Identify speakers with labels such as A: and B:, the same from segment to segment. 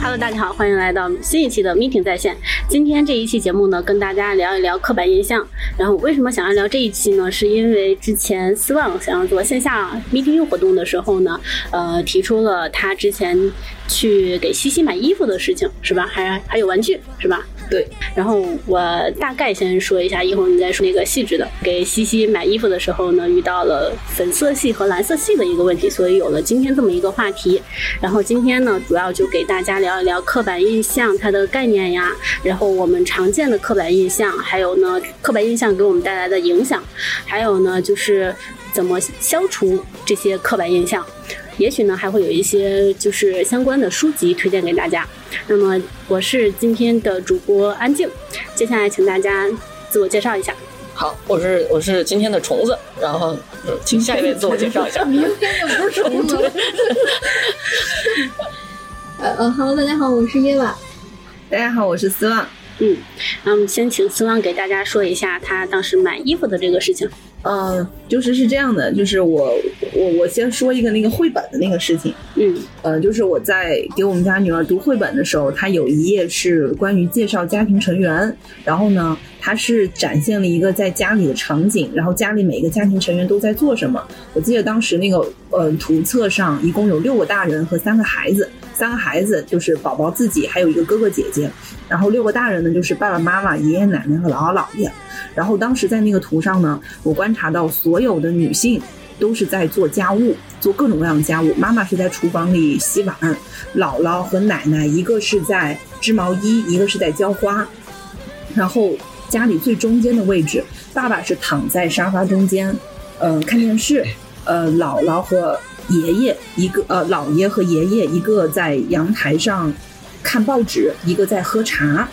A: Hello，大家好，欢迎来到新一期的 Meeting 在线。今天这一期节目呢，跟大家聊一聊刻板印象。然后为什么想要聊这一期呢？是因为之前思旺想要做线下 Meeting 活动的时候呢，呃，提出了他之前去给西西买衣服的事情，是吧？还还有玩具，是吧？
B: 对，
A: 然后我大概先说一下，一会儿你再说那个细致的。给西西买衣服的时候呢，遇到了粉色系和蓝色系的一个问题，所以有了今天这么一个话题。然后今天呢，主要就给大家聊一聊刻板印象它的概念呀，然后我们常见的刻板印象，还有呢，刻板印象给我们带来的影响，还有呢，就是怎么消除这些刻板印象。也许呢，还会有一些就是相关的书籍推荐给大家。那么我是今天的主播安静，接下来请大家自我介绍一下。
B: 好，我是我是今天的虫子，然后嗯请下一位自我介绍一下。
C: 明天就不是虫子。呃 呃哈喽，大家好，我是耶瓦。
D: 大家好，我是思旺。
A: 嗯，那么先请思旺给大家说一下他当时买衣服的这个事情。
D: 嗯，就是是这样的，就是我我我先说一个那个绘本的那个事情。
A: 嗯
D: 呃，就是我在给我们家女儿读绘本的时候，她有一页是关于介绍家庭成员，然后呢，它是展现了一个在家里的场景，然后家里每个家庭成员都在做什么。我记得当时那个呃图册上一共有六个大人和三个孩子，三个孩子就是宝宝自己，还有一个哥哥姐姐，然后六个大人呢就是爸爸妈妈、爷爷奶奶和姥姥姥爷。然后当时在那个图上呢，我观察到所有的女性都是在做家务，做各种各样的家务。妈妈是在厨房里洗碗，姥姥和奶奶一个是在织毛衣，一个是在浇花。然后家里最中间的位置，爸爸是躺在沙发中间，呃，看电视。呃，姥姥和爷爷一个，呃，姥爷和爷爷一个在阳台上看报纸，一个在喝茶。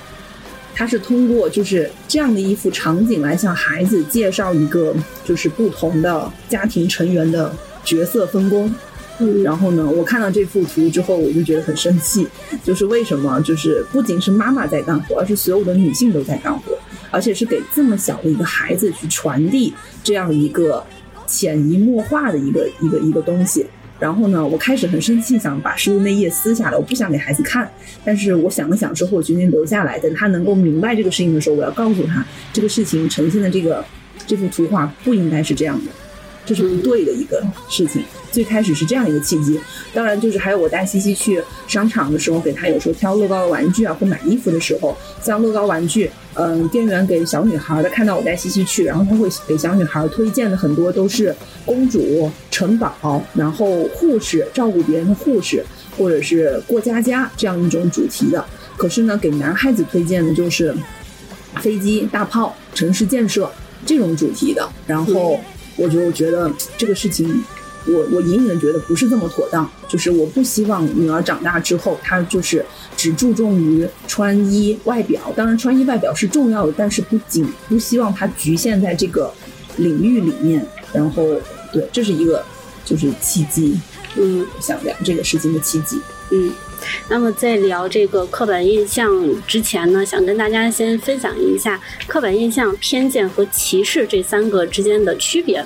D: 他是通过就是这样的一幅场景来向孩子介绍一个就是不同的家庭成员的角色分工。
A: 嗯
D: 然后呢，我看到这幅图之后，我就觉得很生气，就是为什么就是不仅是妈妈在干活，而是所有的女性都在干活，而且是给这么小的一个孩子去传递这样一个潜移默化的一个一个一个东西。然后呢，我开始很生气，想把书那页撕下来，我不想给孩子看。但是我想了想之后，我决定留下来，等他能够明白这个事情的时候，我要告诉他，这个事情呈现的这个这幅图画不应该是这样的，这是不对的一个事情。最开始是这样一个契机，当然就是还有我带西西去商场的时候，给他有时候挑乐高的玩具啊，或买衣服的时候，像乐高玩具，嗯、店员给小女孩的，看到我带西西去，然后他会给小女孩推荐的很多都是公主、城堡，然后护士照顾别人的护士，或者是过家家这样一种主题的。可是呢，给男孩子推荐的就是飞机、大炮、城市建设这种主题的。然后我就觉得这个事情，我我隐隐的觉得不是这么妥当，就是我不希望女儿长大之后，她就是只注重于穿衣外表。当然，穿衣外表是重要的，但是不仅不希望她局限在这个领域里面。然后，对，这是一个就是契机，
A: 嗯
D: 我想聊这个事情的契机。
A: 嗯。那么在聊这个刻板印象之前呢，想跟大家先分享一下刻板印象、偏见和歧视这三个之间的区别。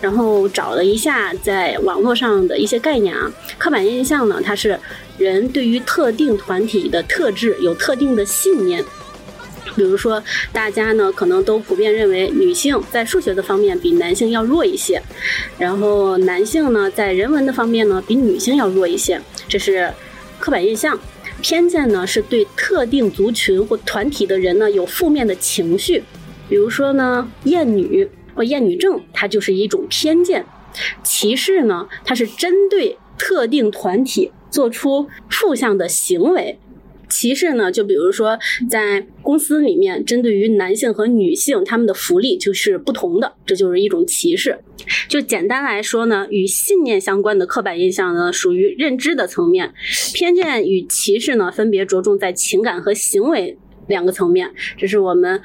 A: 然后找了一下在网络上的一些概念啊，刻板印象呢，它是人对于特定团体的特质有特定的信念。比如说，大家呢可能都普遍认为女性在数学的方面比男性要弱一些，然后男性呢在人文的方面呢比女性要弱一些，这是刻板印象。偏见呢是对特定族群或团体的人呢有负面的情绪，比如说呢厌女或厌女症，它就是一种偏见。歧视呢，它是针对特定团体做出负向的行为。歧视呢，就比如说在公司里面，针对于男性和女性，他们的福利就是不同的，这就是一种歧视。就简单来说呢，与信念相关的刻板印象呢，属于认知的层面；偏见与歧视呢，分别着重在情感和行为两个层面。这是我们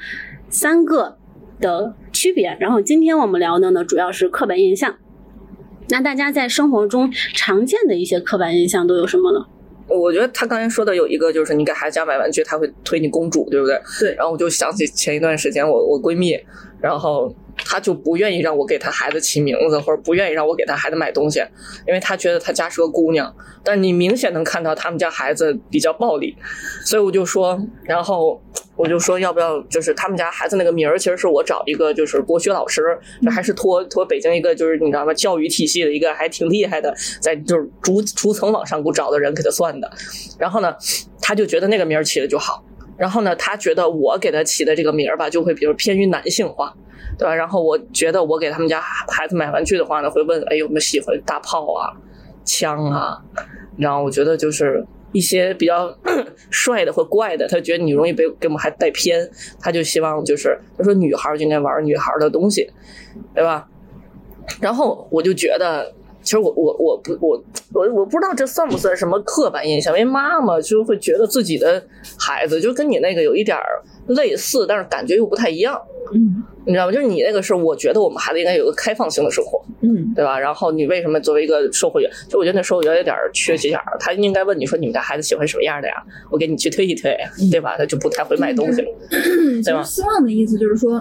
A: 三个的区别。然后今天我们聊的呢，主要是刻板印象。那大家在生活中常见的一些刻板印象都有什么呢？
B: 我觉得他刚才说的有一个就是你给孩子家买玩具，他会推你公主，对不对？
D: 对
B: 然后我就想起前一段时间我我闺蜜，然后他就不愿意让我给他孩子起名字，或者不愿意让我给他孩子买东西，因为他觉得他家是个姑娘。但你明显能看到他们家孩子比较暴力，所以我就说，然后我就说要不要，就是他们家孩子那个名儿，其实是我找一个就是国学老师，就还是托托北京一个就是你知道吗教育体系的一个还挺厉害的，在就是逐逐层往上给我找的人给他算的。然后呢，他就觉得那个名儿起的就好。然后呢，他觉得我给他起的这个名儿吧，就会比如偏于男性化，对吧？然后我觉得我给他们家孩子买玩具的话呢，会问，哎，有没有喜欢大炮啊、枪啊？然后我觉得就是一些比较 帅的或怪的，他觉得你容易被给我们还带偏，他就希望就是他说女孩儿就应该玩女孩儿的东西，对吧？然后我就觉得，其实我我我不我我我不知道这算不算什么刻板印象，因为妈妈就会觉得自己的孩子就跟你那个有一点儿类似，但是感觉又不太一样，
D: 嗯
B: 你知道吗？就是你那个是我觉得我们孩子应该有个开放性的生活，
D: 嗯
B: 对吧？然后你为什么作为一个售货员，就我觉得那售货员有点儿缺心眼儿，他应该问你说你们家孩子喜欢什么样的呀？我给你去推一推，对吧？他就不太会卖东西了，
C: 嗯，其
B: 对
C: 实
B: 吧
C: 希望的意思就是说，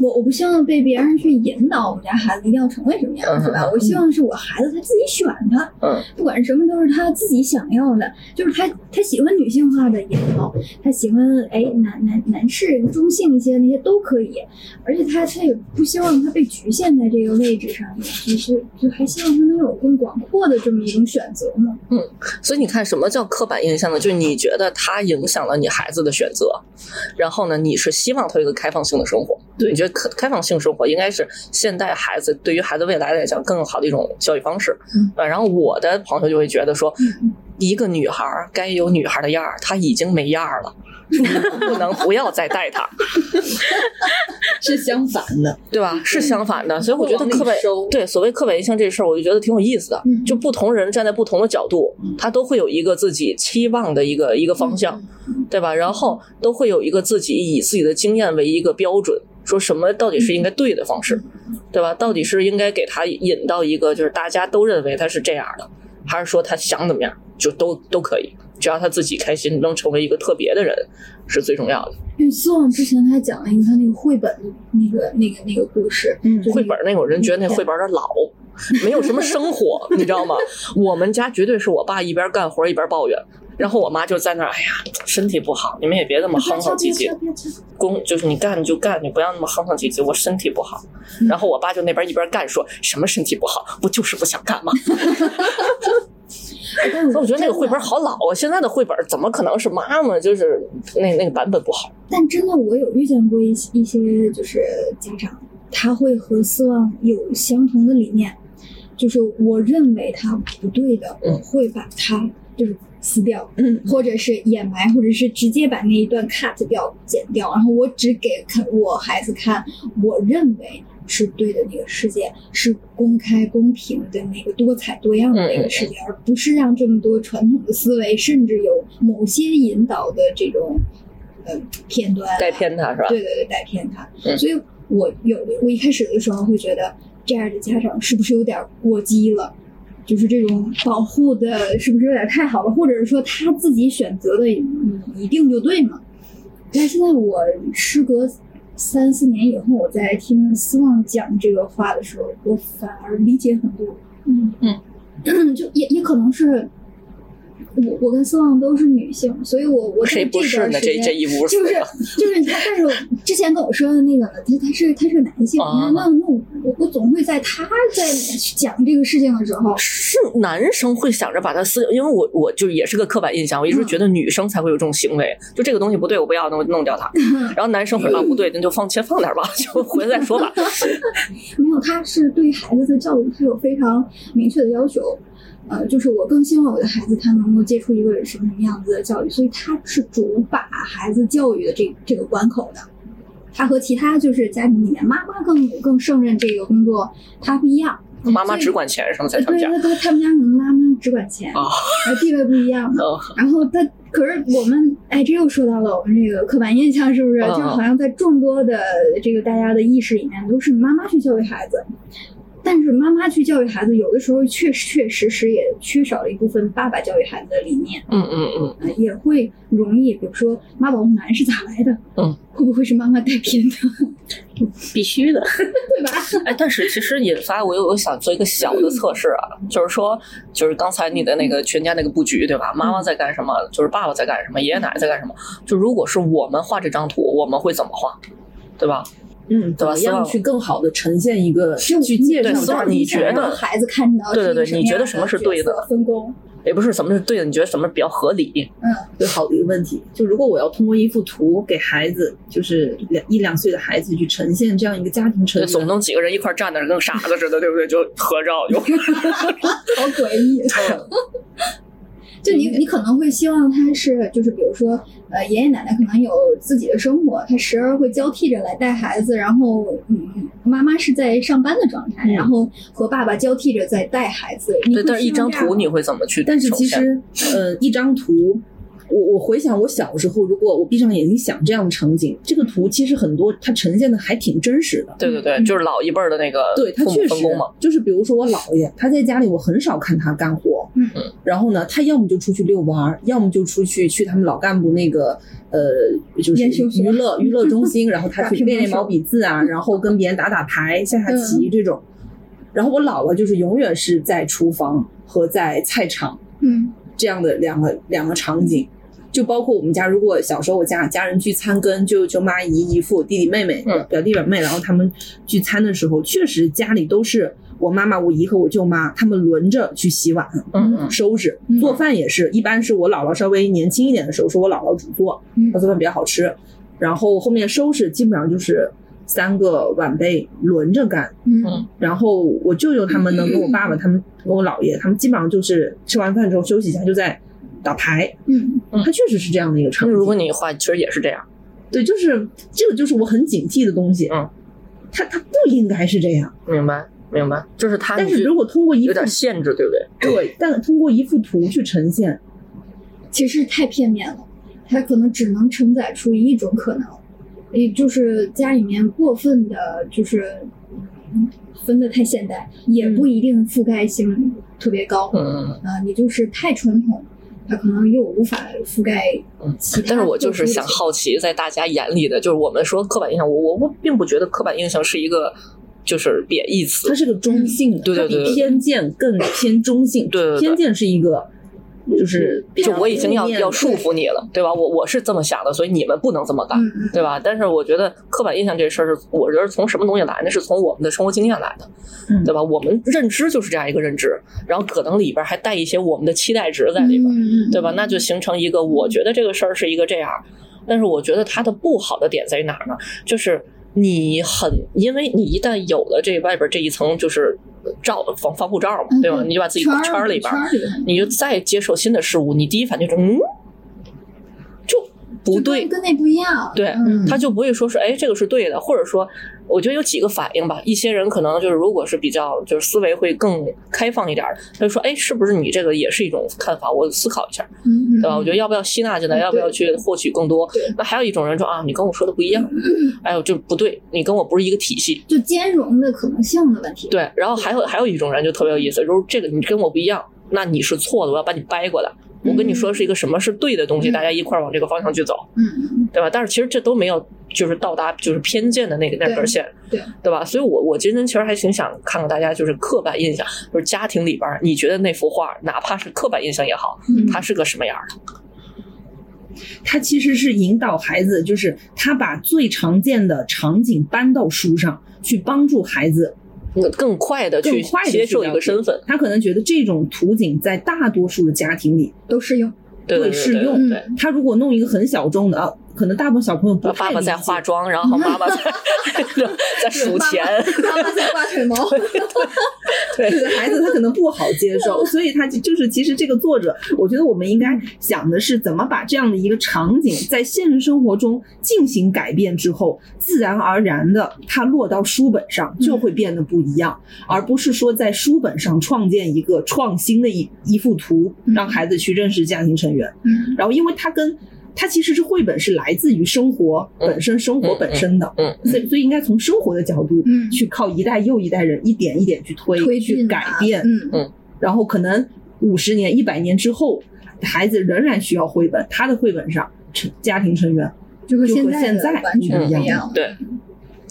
C: 我我不希望被别人去引导我们家孩子一定要成为什么样子
B: 嗯
C: 吧，我希望是我孩子他自己选的，
B: 嗯
C: 不管什么都是他自己想要的，就是他他喜欢女性化的也好，他喜欢哎男男男士中性一些那些都可以，而且他他也不希望他被局限在这个位置上面，就是就还希望他能有更广阔的这么一种选择嘛，
B: 所以你看，什么叫刻板印象呢？就是你觉得它影响了你孩子的选择，然后呢，你是希望他有一个开放性的生活。
D: 对
B: 你觉得开开放性生活应该是现代孩子对于孩子未来来讲更好的一种教育方式。
D: 嗯
B: 呃，然后我的朋友就会觉得说
C: 嗯，
B: 一个女孩儿该有女孩儿的样儿，她已经没样儿了，你不能不要再带她，
D: 是相反的，嗯
B: 对吧？是相反的，所以我觉
D: 不
B: 得
D: 往里
B: 刻板
D: 收
B: 对所谓刻板印象这事儿，我就觉得挺有意思的。
C: 嗯
B: 就不同人站在不同的角度，
D: 嗯
B: 他都会有一个自己期望的一个一个方向，
D: 嗯
B: 对吧？然后都会有一个自己以自己的经验为一个标准，说什么到底是应该对的方式，对吧？到底是应该给他引到一个就是大家都认为他是这样的，还是说他想怎么样就都都可以，只要他自己开心，能成为一个特别的人是最重要的。
C: 因为苏旺之前他讲了一个他那个绘本的那个那个那个故事，
D: 嗯
C: 就是
B: 绘本儿那种人觉得那绘本儿有点老，没有什么生活，你知道吗？ 我们家绝对是我爸一边干活一边抱怨，然后我妈就在那儿，哎呀，身体不好，你们也别那么
C: 啪
B: 哼
C: 嚓
B: 哼唧唧
C: 啪，嚓啪嚓
B: 工就是你干就干，你不要那么哼哼唧唧，我身体不好。然后我爸就那边一边干说，什么身体不好，我就是不想干嘛。
C: 哎但
B: 所以我觉得那个绘本儿
C: 好。
B: 好老啊，现在的绘本儿怎么可能是妈妈就是那那个版本不好？
C: 但真的，我有遇见过一些一些就是家长，他会和希望有相同的理念，就是我认为他不对的，
B: 嗯
C: 我会把他就是撕掉，
D: 嗯
C: 或者是掩埋，或者是直接把那一段 cut 掉、剪掉，然后我只给看我孩子看我认为是对的那个世界，是公开公平的那个多彩多样的那个世界，而不是让这么多传统的思维，甚至有某些引导的这种呃片段啊、
B: 带偏他是吧？
C: 对对对，带偏他。
B: 嗯
C: 所以我有我一开始的时候会觉得这样的家长是不是有点过激了？就是这种保护的，是不是有点太好了？或者是说他自己选择的嗯一定就对吗？但是现在我时隔三四年以后，我在听思旺讲这个话的时候，我反而理解很多。嗯嗯，就也也可能是我我跟思旺都是女性，所以我我
B: 谁
C: 在
B: 不
C: 这
B: 是
C: 段
B: 呢？
C: 时
B: 这
C: 间
B: 这一屋啊
C: 就是是就是他，但是我之前跟我说的那个，他他是他是个男性，
B: 啊
C: 那那那我我我总会在他在讲这个事情的时候，
B: 是男生会想着把它撕，因为我我就也是个刻板印象，我一直
C: 嗯
B: 觉得女生才会有这种行为，就这个东西不对，我不要，那我弄掉 它。然后男生会啊不对，那就放先放点吧，就回来再说 吧。
C: 没有，他是对孩子的教育他有非常明确的要求，呃，就是我更希望我的孩子他能够接触一个什么什么样子的教育，所以他是主把孩子教育的这这个关口的。他和其他就是家庭里面妈妈更更胜任这个工作，他不一样。
B: 妈妈
C: 所以
B: 只管钱是吗？在
C: 对，
B: 他们家。
C: 他他们家可能妈妈只管钱，
B: 哦
C: 然后地位不一 样嘛。
B: 嗯
C: 然后他可是我们哎，这又说到了我们这个刻板印象，是不是？
B: 嗯
C: 就好像在众多的这个大家的意识里面，都是妈妈去教育孩子。但是妈妈去教育孩子，有的时候确确实实也缺少了一部分爸爸教育孩子的理念，
B: 嗯嗯嗯，
C: 呃也会容易，比如说妈宝男是咋来的？
B: 嗯，
C: 会不会是妈妈带偏的？
A: 必须的。
C: 对吧？
B: 哎，但是其实引发我有我想做一个小的测试啊，就是说，就是刚才你的那个全家那个布局，对吧？
D: 嗯
B: 妈妈在干什么，就是爸爸在干什么，爷爷奶奶在干什么。就如果是我们画这张图，我们会怎么画，对吧？
D: 嗯，怎
B: 对吧
D: 么样去更好的呈现一个
C: 就
D: 去介
B: 对
D: 绍
B: 所
D: 这
B: 以
D: 样
C: 让
D: 一
B: 你
D: 个
B: 觉得
C: 让孩子看到
B: 对对对
C: 是一
B: 你觉
C: 个
B: 得
C: 什
B: 什
C: 么样
B: 么是对的
C: 角色分工？
B: 也不是什么是对的，你觉得什么比较合理？
D: 最好的一个问题。就如果我要通过一幅图给孩子，就是两一两岁的孩子去呈现这样一个家庭成
B: 对，总不
D: 员，
B: 能几个人一块儿站那儿跟傻子似的，对不对？就合 照就。
C: 好诡异。就你，你可能会希望他是，就是比如说，呃，爷爷奶奶可能有自己的生活，他时而会交替着来带孩子，然后，嗯，妈妈是在上班的状态，
D: 嗯
C: 然后和爸爸交替着在带孩子。你
B: 对，
C: 会
B: 但是
C: 希
B: 一张
C: 望这样
B: 图你会怎么去？
D: 但是其，实，呃，一张图。我我回想我小时候，如果我闭上眼睛想这样的场景，这个图其实很多它呈现的还挺真实的。
B: 对对对，
C: 嗯
B: 就是老一辈儿的那个
D: 对他
B: 父
D: 确
B: 母
D: 实
B: 分工嘛。
D: 就是比如说我姥爷，他在家里我很少看他干活，
C: 嗯
B: 嗯，
D: 然后呢，他要么就出去遛弯儿，要么就出去去他们老干部那个呃，就是
C: 研修所
D: 娱乐娱乐中心，然后他
C: 打
D: 去
C: 乒乓
D: 练练
C: 球嗯
D: 毛笔字啊，然后跟别人打打牌、下下棋这种。然后我姥姥就是永远是在厨房和在菜场
C: 嗯，
D: 这样的两个两个场景。就包括我们家，如果小时候我家家人聚餐，跟舅舅妈、姨姨父、弟弟妹妹、
B: 嗯
D: 表弟表妹，然后他们聚餐的时候，确实家里都是我妈妈、我姨和我舅妈，他们轮着去洗碗、
B: 嗯嗯
D: 收拾
C: 嗯、
D: 做饭也是，一般是我姥姥稍微年轻一点的时候，是我姥姥主做
C: 嗯，
D: 她做饭比较好吃。然后后面收拾基本上就是三个晚辈轮着干，
C: 嗯
D: 然后我舅舅他们呢，跟我爸爸他们，跟我姥爷他们，基本上就是吃完饭之后休息一下，就在打牌。
C: 嗯，
B: 嗯
D: 他确实是这样的一个场
B: 那
D: 景。
B: 如果你画，其实也是这样。
D: 对，就是这个就是我很警惕的东西。
B: 嗯，
D: 他他不应该是这样，
B: 明白，明白，就是他
D: 但是如果通过一
B: 有
D: 幅
B: 点限制，对不对？
D: 对，但通过一幅图去呈现，
C: 其实太片面了，他可能只能承载出一种可能，也就是家里面过分的，就是嗯分的太现代，也不一定覆盖性特别高。
B: 嗯，
C: 啊，你就是太传统，它可能又无法覆盖
B: 嗯
C: 其他。
B: 但是我就是想，好奇，在大家眼里的，就是我们说刻板印象，我我我并不觉得刻板印象是一个就是贬义词
D: 它，是个中性的，
B: 对对对
D: 它比
B: 对
D: 偏见更偏中性。
B: 对对对
D: 偏见是一个，就是比
B: 就
D: 较
B: 我已经
D: 负
B: 要
D: 面
B: 要
D: 的
B: 束缚你了，对吧？我我是这么想的，所以你们不能这么干，
C: 嗯嗯，
B: 对吧？但是我觉得刻板印象这事儿是，我觉得从什么东西来呢？是从我们的生活经验来的，
D: 嗯
B: 对吧？我们认知就是这样一个认知，然后可能里边还带一些我们的期待值在里边。
C: 嗯嗯，
B: 对吧？那就形成一个，我觉得这个事儿是一个这样，但是我觉得它的不好的点在于哪儿呢？就是你很，因为你一旦有了这外边这一层就是罩防防护罩嘛，对吧？
C: 嗯
B: 你就把自己
C: 圈
B: 圈
C: 儿
B: 儿里边
C: 圈
B: 儿，
C: 儿里边儿
B: 你就再接受新的事物，你第一反应就是嗯，就不
C: 就
B: 对
C: 跟，跟嗯那不一样。
B: 对
C: 嗯
B: 他就不会说是哎这个是对的，或者说我觉得有几个反应吧，一些人可能就是如果是比较就是思维会更开放一点儿，他就说哎是不是你这个也是一种看法，我思考一下。
C: 嗯嗯，
B: 对吧？我觉得要不要吸纳进来，
C: 嗯
B: 要不要去获取更多
C: 对？嗯
B: 那还有一种人说啊，你跟我说的不一样，哎呦，就不对，你跟我不是一个体系。
C: 就兼容的可能性的问题。，
B: 对，然后还有还有一种人就特别有意思，就是这个你跟我不一样，那你是错的，我要把你掰过来。我跟你说是一个什么是对的东西，
C: 嗯
B: 大家一块儿往这个方向去走，
C: 嗯
B: 对吧？但是其实这都没有，就是到达就是偏见的那个那根线，
C: 对对
B: 吧？所以我我今天其实还挺想看看大家就是刻板印象，就是家庭里边儿你觉得那幅画，哪怕是刻板印象也好，
C: 嗯，
B: 它是个什么样儿的？
D: 他其实是引导孩子，就是他把最常见的场景搬到书上去，帮助孩子
B: 更更快的
D: 更
B: 去
D: 快的
B: 接受一个身份，。
D: 他可能觉得这种图景在大多数的家庭里
C: 都适 用。
B: 对对
D: 会
B: 对
D: 适
B: 对
D: 用
B: 对，
C: 嗯
D: 他如果弄一个很小众的，啊，可能大部分小朋友不太
B: 爸爸
D: 理解
B: 在化妆，然后妈 妈在在数钱，
C: 妈妈在挂腿毛。
B: 对
D: 对的孩子他可能不好接 受，所以他就就是其实这个作者，我觉得我们应该想的是怎么把这样的一个场景在现实生活中进行改变之后，自然而然的它落到书本上就
B: 嗯
D: 会变得不一样，而不是说在书本上创建一个创新的一一幅图，
C: 嗯
D: 让孩子去认识家庭成员。
C: 嗯
D: 然后因为它跟它其实是绘本是来自于生活
B: 嗯
D: 本身，生活本身的，
B: 嗯，
D: 所以所以应该从生活的角度
C: 嗯
D: 去靠一代又一代人一点一点去推
C: 推
D: 去
C: 进
D: 改
C: 啊
D: 变，
C: 嗯
D: 然后可能五十年、一百年之后，孩子仍然需要绘本，他的绘本上成家庭成员
C: 就和
D: 就和
C: 在
D: 现
C: 的
D: 在
C: 完全
D: 不
C: 不一
D: 一
C: 样
D: 样
C: 了。
B: 对。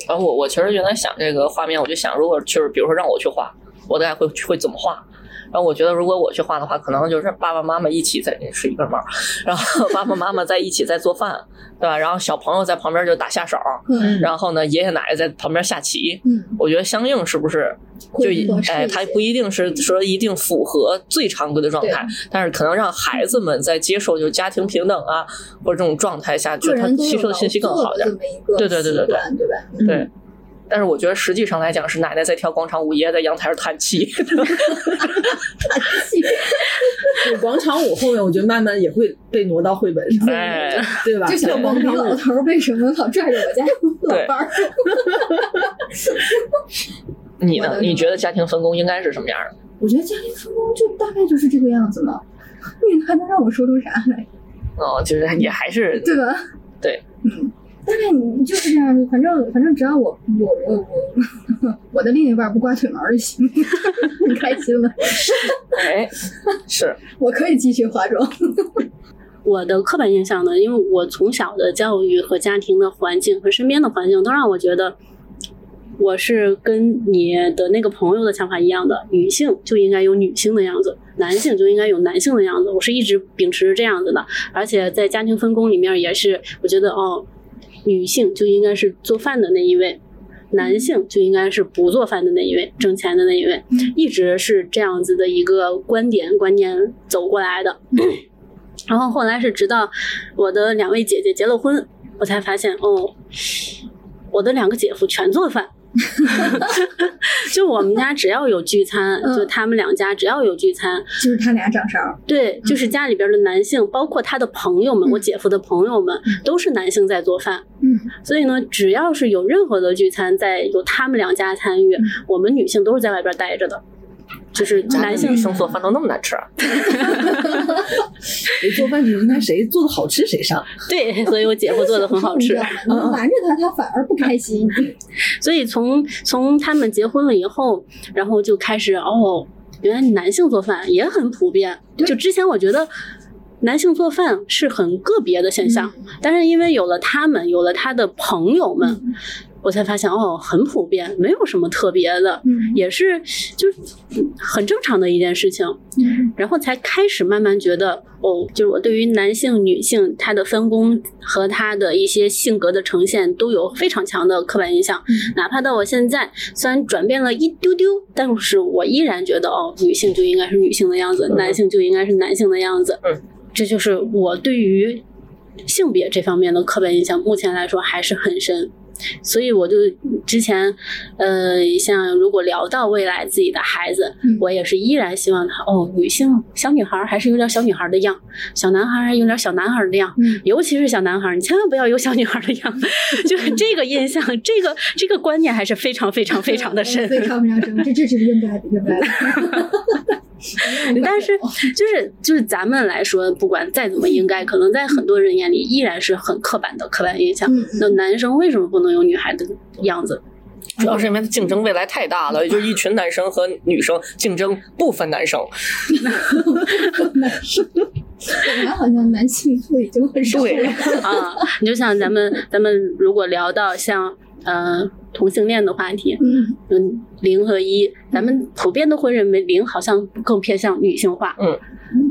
B: 然后我我其实原来想这个画面，我就想，如果就是比如说让我去画，我大概会会怎么画？然后我觉得，如果我去画的话，可能就是爸爸妈妈一起在是一根毛，然后爸爸妈妈在一起在做饭，对吧？然后小朋友在旁边就打下手，
C: 嗯
B: 然后呢，爷爷奶奶在旁边下棋。
C: 嗯，
B: 我觉得相应是不是就
C: 会合适
B: 哎，
C: 一
B: 它
C: 些
B: 不一定是说一定符合最常规的状态，但是可能让孩子们在接受就家庭平等啊或者这种状态下，就
C: 个
B: 他
C: 人都
B: 吸
C: 有
B: 收的信息更好一点
C: 这。么一个
B: 对对对对
C: 习惯对吧？嗯
B: 对。但是我觉得实际上来讲，是奶奶在跳广场舞，爷爷在阳台上叹气。
D: 就广场舞后面，我觉得慢慢也会被挪到绘本上，
B: 哎，
D: 对吧？
C: 就想
D: 广
C: 问
D: 场
C: 你老
D: 舞，
C: 头儿为什么老拽着我家老伴儿？
B: 你
C: 我
B: 呢？
C: 的
B: 你
C: 妈
B: 觉得家庭分工应该是什么样的？
C: 我觉得家庭分工就大概就是这个样子嘛。你还能让我说出啥来？
B: 哦，就是也 还是
C: 对吧？
B: 对，
C: 嗯，大概你就是这样，反正反正只要我我我我我的另一半不刮腿毛就行， 很开心了。
B: 哎，是
C: 我可以继续化妆。
A: 我的刻板印象呢，因为我从小的教育和家庭的环境和身边的环境都让我觉得，我是跟你的那个朋友的想法一样的，女性就应该有女性的样子，男性就应该有男性的样子。我是一直秉持这样子的，而且在家庭分工里面也是，我觉得哦，女性就应该是做饭的那一位。男性就应该是不做饭的那一位，挣钱的那一位，一直是这样子的一个观点观念走过来的。然后后来是直到我的两位姐姐结了婚，我才发现哦，我的两个姐夫全做饭。 就我们家只要有聚餐，
C: 嗯
A: 就他们两家只要有聚餐，
C: 就是他俩掌勺，
A: 对，
B: 嗯
A: 就是家里边的男性，包括他的朋友们，我姐夫的朋友们
B: 嗯
A: 都是男性在做饭。
C: 嗯，
A: 所以呢，只要是有任何的聚餐在有他们两家参与，我们女性都是在外边待着的，就是
B: 嗯家
A: 男
B: 里
A: 性
B: 女生做饭都那么难吃啊，
D: 谁做饭就应该谁做的好吃谁上，
A: 对，所以我姐夫做的很好
C: 你知
A: 吃
C: 道。吗你拦着他，他反而不开心。
A: 所以从从他们结婚了以后，然后就开始哦，原来男性做饭也很普遍。就之前我觉得男性做饭是很个别的现象，但是因为有了他们，有了他的朋友们，我才发现哦，很普遍，没有什么特别的。
C: 嗯，
A: 也是就是很正常的一件事情，
C: 嗯
A: 然后才开始慢慢觉得哦，就是我对于男性、女性他的分工和他的一些性格的呈现都有非常强的刻板印象。
C: 嗯
A: 哪怕到我现在，虽然转变了一丢丢，但是我依然觉得哦，女性就应该是女性的样子，
B: 嗯
A: 男性就应该是男性的样子。
B: 嗯，
A: 这就是我对于性别这方面的刻板印象，目前来说还是很深。所以我就之前，呃，像如果聊到未来自己的孩子，
C: 嗯
A: 我也是依然希望他哦，女性小女孩儿还是有点小女孩儿的样，小男孩儿还有点小男孩儿的样，
C: 嗯
A: 尤其是小男孩儿，你千万不要有小女孩儿的样， 就是这个印象，这个这个观念还是非常非 常非常的深。
C: 非常非常深，这这是应该的，应该的。
A: 但是就是就是咱们来说，不管再怎么应
C: 嗯
A: 该，可能在很多人眼里依然是很刻板的刻板印象。
C: 嗯嗯
A: 那男生为什么不能有女孩的样子？
B: 主要是因为竞争未来太大了，就一群男生和女生竞争不分男生。
C: 男生，本来好像男性就已经很少了。
B: 对
A: 啊，你就像咱们咱们如果聊到像呃同性恋的话题，
C: 嗯，
A: 嗯，零和一，咱们普遍都会认为零好像更偏向女性化，
B: 嗯，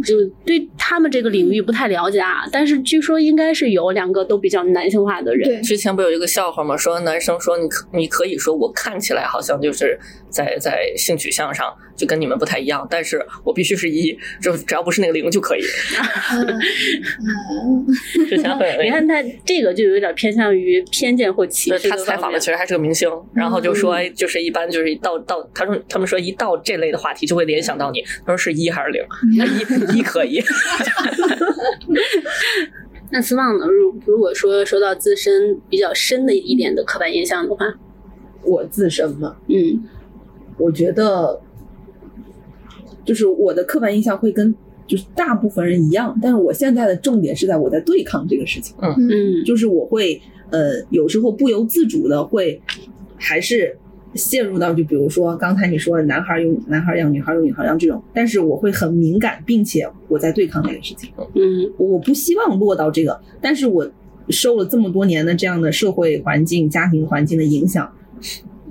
A: 就对他们这个领域不太了解啊，但是据说应该是有两个都比较男性化的人，
C: 对，
B: 之前不有一个笑话吗？说男生说你可你可以说我看起来好像就是在在性取向上就跟你们不太一样，但是我必须是一，就只要不是那个零 就可以。
C: 嗯嗯，
B: 之前会有
A: 你
B: 那个。
A: 看他这个就有点偏向于偏见或歧
B: 对
A: 视
B: 他
A: 的
B: 采
A: 方嗯
B: 访的
A: 面
B: 其。实还是个明星，然后就说，哎就是一般就是一到到，他说他们说一到这类的话题就会联想到你，他说是一还是零？那一一可以，
A: 那斯旺呢？如如果说说到自身比较深的一点的刻板印象的话，
D: 我自身嘛，
A: 嗯
D: 我觉得，就是我的刻板印象会跟就是大部分人一样，但是我现在的重点是在我在对抗这个事情，
A: 嗯
D: 就是我会呃有时候不由自主的会还是陷入到就比如说刚才你说男孩有男孩样，女孩有女孩样这种，但是我会很敏感，并且我在对抗这个事情，
A: 嗯
D: 我不希望落到这个，但是我受了这么多年的这样的社会环境、家庭环境的影响，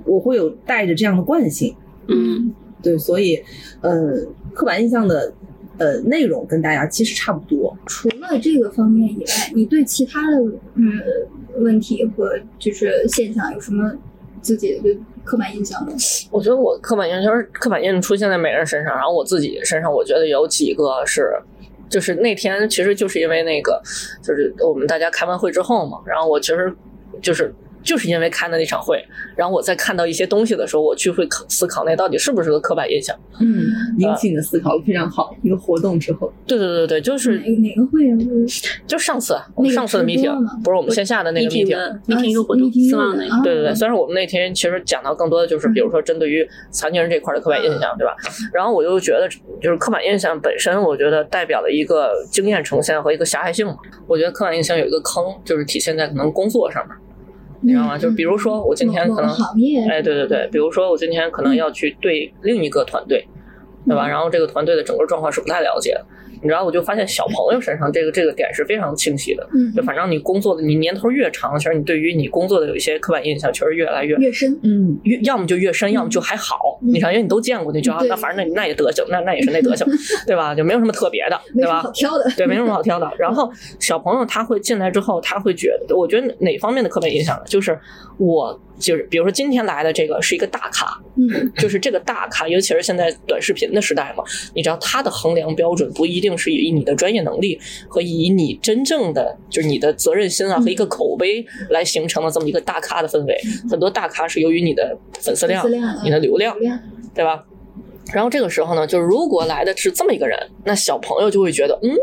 D: 我会有带着这样的惯性。
A: 嗯
D: 对，所以，呃，刻板印象的呃内容跟大家其实差不多。
C: 除了这个方面以外，你对其他的嗯问题和就是现象有什么自己的刻板印象吗？
B: 我觉得我刻板印象就是刻板印象出现在每个人身上，然后我自己身上，我觉得有几个是，就是那天其实就是因为那个，就是我们大家开完会之后嘛，然后我其实就是就是因为开的那场会，然后我在看到一些东西的时候，我去会考思考那到底是不是个刻板印象。
D: 嗯，引起你的思考非常好。一个活动之后，
B: 对对对对，就是
C: 哪哪个会啊？
B: 就上次我
C: 那
B: 们
C: 个
B: 上次的
C: 直播
B: meeting
C: 吗
B: 不是我们线下的那个
A: meeting
B: meeting，
A: 的
C: 啊
A: meeting 嗯一个活动，
C: meeting
A: 希望那
C: 的
A: 个
C: 啊
B: 对对对，虽然我们那天其实讲到更多的就是，比如说针对于残疾人这块的刻板印象，对吧？然后我就觉得，就是刻板印象本身，我觉得代表了一个经验呈现和一个狭隘性嘛。我觉得刻板印象有一个坑，就是体现在可能工作上面，你知道吗？
C: 嗯
B: 就比如说我今天
C: 某
B: 可
C: 某
B: 能，
C: 行业，
B: 哎，对对对，比如说我今天可能要去对另一个团队，对吧？然后这个团队的整个状况是不太了解的，你知道，我就发现小朋友身上这个这个点是非常清晰的。
C: 嗯，
B: 就反正你工作的你年头越长，其实你对于你工作的有一些刻板印象，确实越来越
C: 越深，
D: 嗯，
B: 越要么就越深，要么就还好。
C: 嗯
B: 你想，因为你都见过，你就啊
C: 对，
B: 那反正那那也德行，那那也是那 德行，对吧？就没有什么特别的，
C: 没
B: 对
C: 什么
B: 吧
C: 好？挑的。
B: 对，没什么好挑的。然后小朋友他会进来之后，他会觉得，我觉得哪方面的刻板印象呢？就是我就是，比如说今天来的这个是一个大咖，
C: 嗯
B: 就是这个大咖，尤其是现在短视频的时代嘛，你知道他的衡量标准不一定是以你的专业能力和以你真正的就是你的责任心啊
C: 嗯
B: 和一个口碑来形成的这么一个大咖的氛围。很多大咖是由于你的粉丝量
C: 粉丝量、嗯
B: 你的流量
C: 流，量，
B: 对吧？然后这个时候呢，就是如果来的是这么一个人，那小朋友就会觉得，嗯，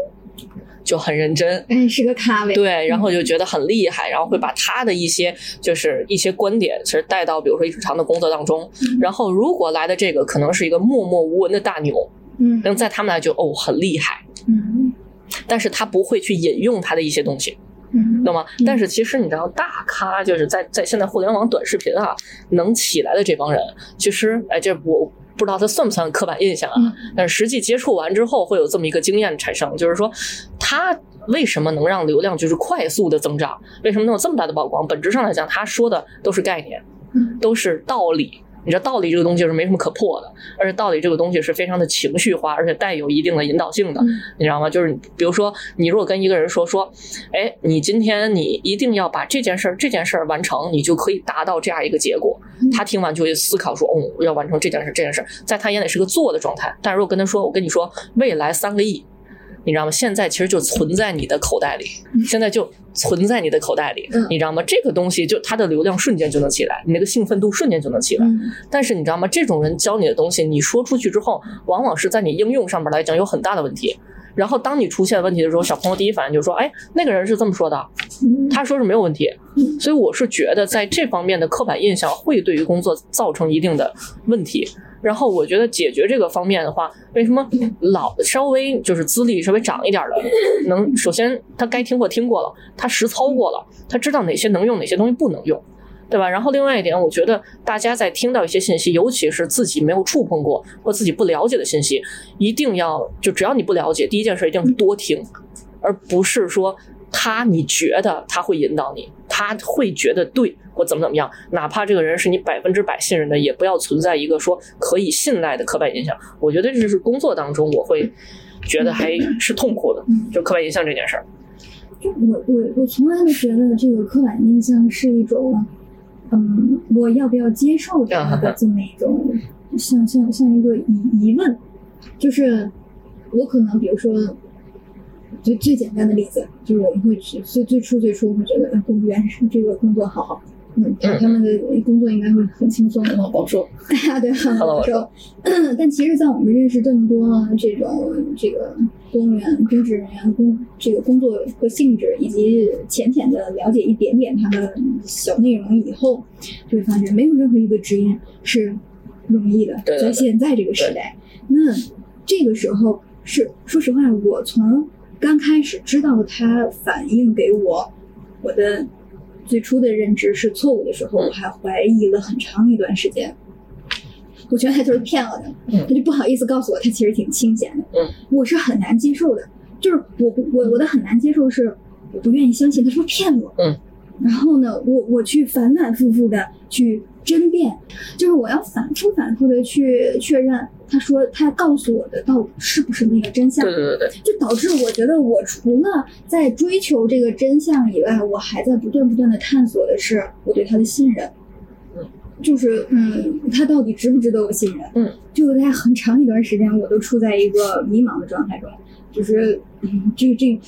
B: 就很认真，
C: 哎，是个咖位。
B: 对，然后就觉得很厉害，然后会把他的一些就是一些观点，其实带到比如说日常的工作当中。然后如果来的这个可能是一个默默无闻的大牛，
C: 嗯
B: 那在他们来就哦很厉害，
C: 嗯
B: 但是他不会去引用他的一些东西，
C: 嗯，
B: 懂吗？
C: 嗯
B: 但是其实你知道，大咖就是在在现在互联网短视频啊能起来的这帮人，其实哎，这我不知道他算不算刻板印象啊？
C: 嗯
B: 但是实际接触完之后，会有这么一个经验产生，就是说他为什么能让流量就是快速的增长？为什么能有这么大的曝光？本质上来讲，他说的都是概念，
C: 嗯
B: 都是道理。你知道道理这个东西是没什么可破的，而且道理这个东西是非常的情绪化，而且带有一定的引导性的。
C: 嗯
B: 你知道吗？就是你比如说，你如果跟一个人说说，哎，你今天你一定要把这件事儿这件事儿完成，你就可以达到这样一个结果
C: 嗯。
B: 他听完就会思考说，哦，我要完成这件事这件事儿，在他眼里是个做的状态。但如果跟他说，我跟你说，未来三个亿。你知道吗？现在其实就存在你的口袋里，现在就存在你的口袋里，
C: 嗯
B: 你知道吗？这个东西就它的流量瞬间就能起来，你那个兴奋度瞬间就能起来。
C: 嗯
B: 但是你知道吗？这种人教你的东西，你说出去之后，往往是在你应用上面来讲有很大的问题。然后当你出现问题的时候，小朋友第一反应就是说：“哎，那个人是这么说的，
C: 嗯
B: 他说是没有问题。”所以我是觉得在这方面的刻板印象会对于工作造成一定的问题。然后我觉得解决这个方面的话，为什么老稍微就是资历稍微长一点的，能首先他该听过听过了，他实操过了，他知道哪些能用，哪些东西不能用。对吧？然后另外一点，我觉得大家在听到一些信息，尤其是自己没有触碰过或自己不了解的信息，一定要就只要你不了解，第一件事一定是多听，而不是说他你觉得他会引导你，他会觉得对或怎么怎么样，哪怕这个人是你百分之百信任的，也不要存在一个说可以信赖的刻板印象。我觉得这是工作当中我会觉得还是痛苦的，就刻板印象这件事儿。
C: 就我我我从来都觉得这个刻板印象是一种，嗯，我要不要接受的
B: 啊哈哈
C: 这么一种，像像像一个疑疑问，就是我可能比如说，最最简单的例子就是我们会去最最初最初我会觉得呃公务员是这个工作好，嗯，他他们的工作应该会很轻松，
D: 很好保说。
C: 啊， 对，很
B: 好
C: 好
B: 保
C: 受。 但其实，在我们认识这么多啊这种这个公务员、公职人员、工这个工作和性质，以及浅浅的了解一点点他的小内容以后，就会发现没有任何一个职业是容易的，
B: 对对
C: 在
B: 对
C: 现在这个时代。那这个时候，是，说实话，我从刚开始知道他反映给我我的最初的认知是错误的时候，
B: 嗯
C: 我还怀疑了很长一段时间。我觉得他就是骗我的，
B: 嗯
C: 他就不好意思告诉我他其实挺清闲的。
B: 嗯
C: 我是很难接受的，就是我不我我的很难接受是我不愿意相信他说骗我。
B: 嗯，
C: 然后呢，我我去反反复复的去争辩，就是我要反复反复的去确认他说他告诉我的到底是不是那个真相。
B: 对对对对，
C: 就导致我觉得我除了在追求这个真相以外，我还在不断不断的探索的是我对他的信任
B: 嗯。
C: 就是，嗯，他到底值不值得我信任？
B: 嗯，
C: 就在很长一段时间，我都处在一个迷茫的状态中，就是，嗯，这个这个，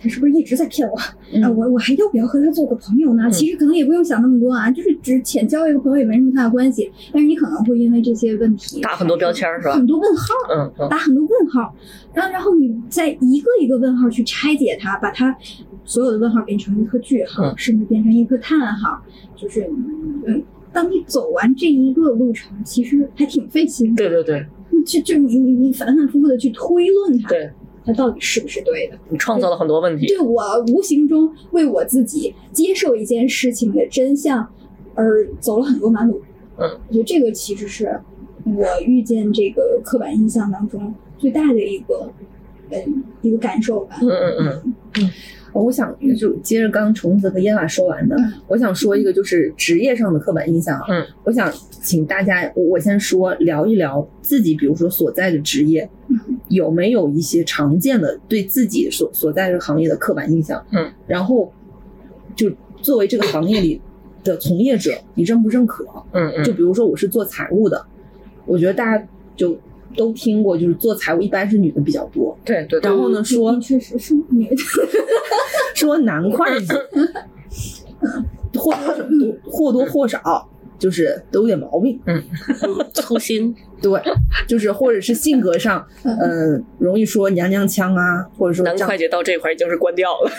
C: 他是不是一直在骗我？
D: 嗯
C: 啊，我我还要不要和他做个朋友呢？
B: 嗯
C: 其实可能也不用想那么多啊，就是只浅交一个朋友也没什么太大关系。但是你可能会因为这些问题
B: 打很多标签儿是吧
C: 很多问号，
B: 嗯嗯
C: 打很多问号，然后然后你再一个一个问号去拆解它，把它所有的问号变成一颗句号，
B: 嗯
C: 甚至变成一颗叹号，就是嗯，当你走完这一个路程，其实还挺费心的，
B: 对对对
C: 就就你你你反反复复的去推论它，
B: 对，
C: 它到底是不是对的？
B: 你创造了很多问题，
C: 对我无形中为我自己接受一件事情的真相而走了很多弯路。
B: 嗯，
C: 我觉得这个其实是我遇见这个刻板印象当中最大的一个，嗯，一个感受吧。
B: 嗯嗯嗯，
D: 我想就接着刚虫子和燕娃说完的
C: 嗯，
D: 我想说一个就是职业上的刻板印象啊。
B: 嗯，
D: 我想请大家，我我先说聊一聊自己，比如说所在的职业，
C: 嗯
D: 有没有一些常见的对自己所所在这个行业的刻板印象？
B: 嗯，
D: 然后就作为这个行业里的从业者，你认不认可？
B: 嗯嗯，
D: 就比如说我是做财务的，我觉得大家就都听过，就是做财务一般是女的比较多，
B: 对对对
D: 然，后呢说
C: 嗯你确实是女的，
D: 说男会计，或多或多或少就是都有点毛病，
A: 嗯粗心，
D: 对，就是或者是性格上，
C: 嗯，
D: 呃，容易说娘娘腔啊，或者说
B: 男
D: 这样
B: 会计到这块已经是关掉了，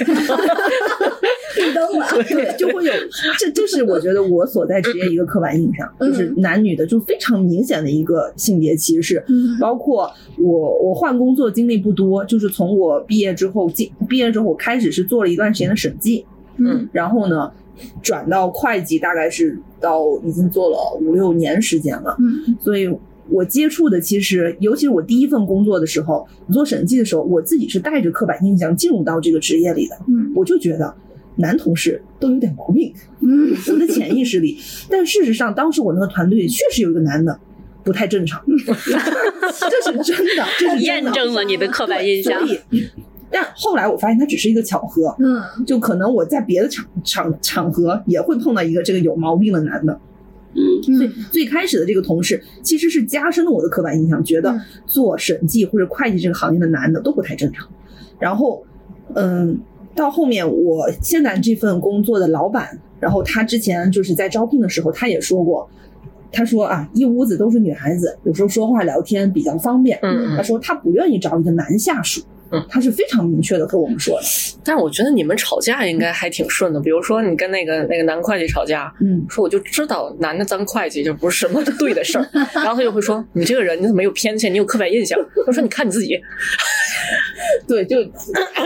C: 绿灯了。
D: 啊对，就会有这，这是我觉得我所在职业一个刻板印象，
C: 嗯
D: 就是男女的就非常明显的一个性别歧视。
C: 嗯
D: 包括我，我换工作经历不多，就是从我毕业之后进，毕业之后我开始是做了一段时间的审计，
C: 嗯
D: 然后呢，转到会计，大概是到已经做了五六年时间了。
C: 嗯
D: 所以我接触的其实，尤其是我第一份工作的时候，我做审计的时候，我自己是带着刻板印象进入到这个职业里的，
C: 嗯
D: 我就觉得男同事都有点 毛病。
C: 嗯
D: 我的潜意识里。但事实上，当时我那个团队里确实有一个男的不太正常，这是真的，这是 真
A: 验
D: 的
A: 证了你的刻板印象。
D: 所以，但后来我发现它只是一个巧合，
C: 嗯，
D: 就可能我在别的场场场合也会碰到一个这个有毛病的男的。
A: 嗯，
C: 对，
D: 最开始的这个同事其实是加深了我的刻板印象，觉得
C: 嗯
D: 做审计或者会计这个行业的男的都不太正常。然后，嗯，到后面我现在这份工作的老板，然后他之前就是在招聘的时候，他也说过，他说啊，一屋子都是女孩子，有时候说话聊天比较方便。
B: 嗯
D: 他
B: 嗯，
D: 说他不愿意找一个男下属
B: 嗯，
D: 他是非常明确的跟我们说的。
B: 但是我觉得你们吵架应该还挺顺的，比如说你跟那个那个男会计吵架，
D: 嗯，
B: 说我就知道男的当会计就不是什么 对的事儿，然后他就会说你这个人你怎么有偏见，你有刻板印象。我说你看你自己，
D: 对， 就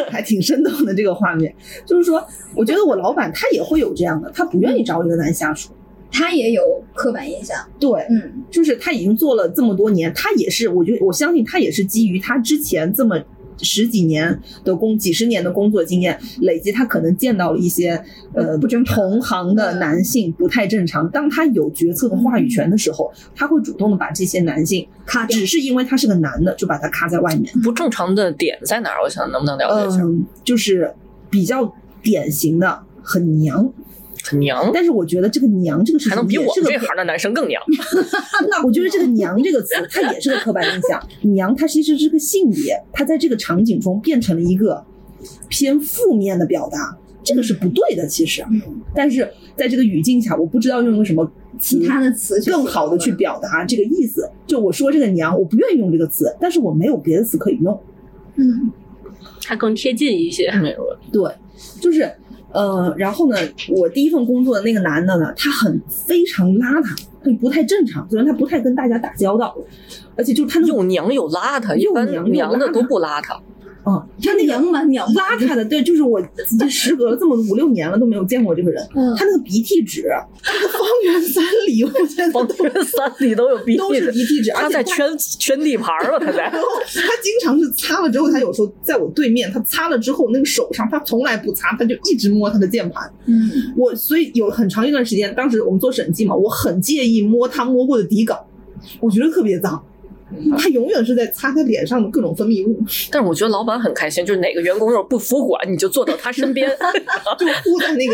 D: 还挺生动的这个画面。就是说，我觉得我老板他也会有这样的，他不愿意找一个男下属。
C: 他也有刻板印象。
D: 对，
C: 嗯
D: 就是他已经做了这么多年，他也是，我觉得我相信他也是基于他之前这么十几年的工、几十年的工作经验累积，他可能见到了一些呃
C: 不正常
D: 同行的男性不太正常。当他有决策和话语权的时候，他会主动的把这些男性，
C: 卡掉
D: 只是因为他是个男的，就把他卡在外面。
B: 不正常的点在哪儿？我想能不能了解一下？
D: 嗯，就是比较典型的很娘，
B: 很娘，
D: 但是我觉得这个娘这个事
B: 还能
D: 情
B: 比
D: 也
B: 我
D: 是
B: 们
D: 个
B: 这行的男生更娘。
D: 那我觉得这个“娘”这个词，它也是个刻板印象。娘，它其实是个性别，它在这个场景中变成了一个偏负面的表达，这个是不对的。其实，
C: 嗯，
D: 但是在这个语境下，我不知道用一个什么词
C: 其他的词去
D: 更好的去
C: 形容
D: 表达这个意思。就我说这个“娘”，我不愿意用这个词，但是我没有别的词可以用。
C: 嗯
A: 它更贴近一些。
D: 嗯
B: 没有，
D: 对，就是呃，然后呢，我第一份工作的那个男的呢，他很非常邋遢，他不太正常，虽然他不太跟大家打交道，而且就是他那种
B: 有娘有邋遢，一
D: 又
B: 般
D: 娘又
B: 娘的
D: 邋遢
B: 都不邋 遢。
D: 啊，他那个
C: 娘蛮娘
D: 邋遢的，对，就是我这时隔了这么五六年了都没有见过这个人，
C: 嗯
D: 他那个鼻涕纸，他那个方圆三里，我觉得
B: 方圆三里都有鼻
D: 都
B: 涕
D: 是
B: 的，
D: 鼻涕纸，而
B: 他
D: 且
B: 在圈圈地盘儿了，他 在
D: 然。后他经常是擦了之后，他有时候在我对面，他擦了之后那个手上，他从来不擦，他就一直摸他的键盘。
C: 嗯，
D: 我所以有很长一段时间，当时我们做审计嘛，我很介意摸他摸过的底稿，我觉得特别脏。他永远是在擦他脸上的各种分泌物，
B: 但是我觉得老板很开心，就是哪个员工要是不服管，你就坐到他身边。
D: 就糊在那个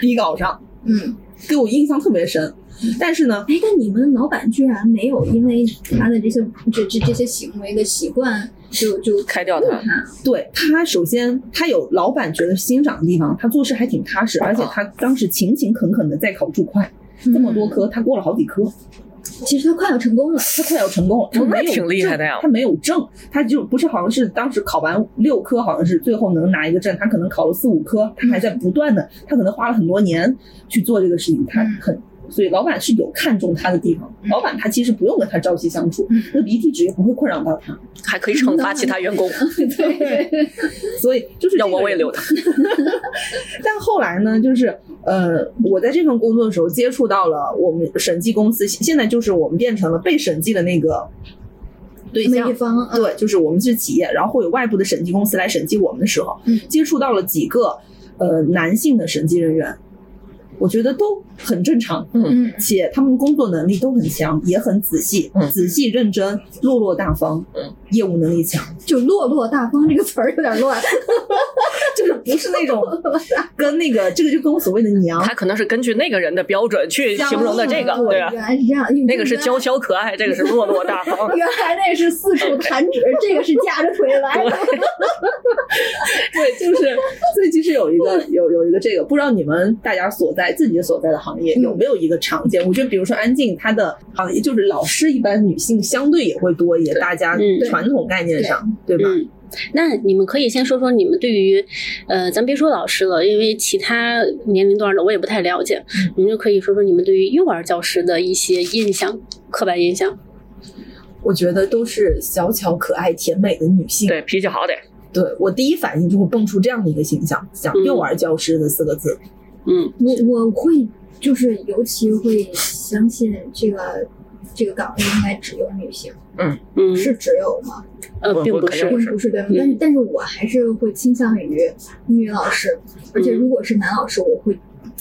D: 底稿上，
C: 嗯，
D: 给我印象特别深。 但是呢，
C: 哎，但你们老板居然没有因为他的这些这这这些行为的习惯就就
B: 开掉他
C: 他，
D: 对他，首先他有老板觉得欣赏的地方，他做事还挺踏实，而且他当时勤勤恳恳的在考注会，这么多科他过了好几科，
C: 其实他快要成功了，
D: 他快要成功了，他
B: 那
D: 没有
B: 挺厉害的呀
D: 证他没有证，他就不是好像是当时考完六科，好像是最后能拿一个证，他可能考了四五科，他还在不断的，他可能花了很多年去做这个事情，他
C: 嗯
D: 很。所以老板是有看中他的地方，
C: 嗯
D: 老板他其实不用跟他朝夕相处
C: 嗯，
D: 那鼻涕纸也不会困扰到他，
B: 还可以惩罚其他 员工，
C: 对，
D: 所以就是
B: 要
D: 这个
B: 我我也
D: 人
B: 留他。
D: 但后来呢，就是呃，我在这份工作的时候接触到了我们审计公司，现在就是我们变成了被审计的那个对
C: 每
D: 象
C: 一。方啊，
D: 对，就是我们是企业，然后会有外部的审计公司来审计我们的时候，
C: 嗯
D: 接触到了几个呃男性的审计人员，我觉得都很正常，
C: 嗯
D: 且他们工作能力都很强，也很仔细，
B: 嗯
D: 仔细认真，落落大方，
B: 嗯
D: 业务能力强，
C: 就落落大方这个词儿有点乱，
D: 就是不是那种跟那个这个就跟我所谓的娘
B: 他可能是根据那个人的标准去形容的这个，
C: 我
B: 对吧？
C: 原来是这样，
B: 那个是娇
C: 羞。。
B: 小可爱， 这个是落落大方
C: 原来那是四处弹指，这个是架着腿来的。
D: 对，就是，所以其实有一个有有一个这个，不知道你们大家所在自己所在的行业
C: 嗯
D: 有没有一个常见？我觉得，比如说安静，她的行业就是老师一般女性相对也会多一点，大家
A: 嗯
D: 传统概念上，对吧？
A: 嗯，那你们可以先说说你们对于，呃，咱别说老师了，因为其他年龄段的我也不太了解，
B: 嗯
A: 你们就可以说说你们对于幼儿教师的一些印象、刻板印象。
D: 我觉得都是小巧可爱、甜美的女性。
B: 对，脾气好点。
D: 对我第一反应就会蹦出这样的一个形象，想
A: 嗯
D: 幼儿教师的四个字。
A: 嗯
C: 我我会就是尤其会相信这个这个岗位应该只有女性，
A: 嗯，
C: 是只有吗？
B: 我
A: 呃，并
B: 我
A: 不
B: 肯
A: 是
B: 定
C: 并，不是对吗？但是但是我还是会倾向于女老师，而且如果是男老师，我会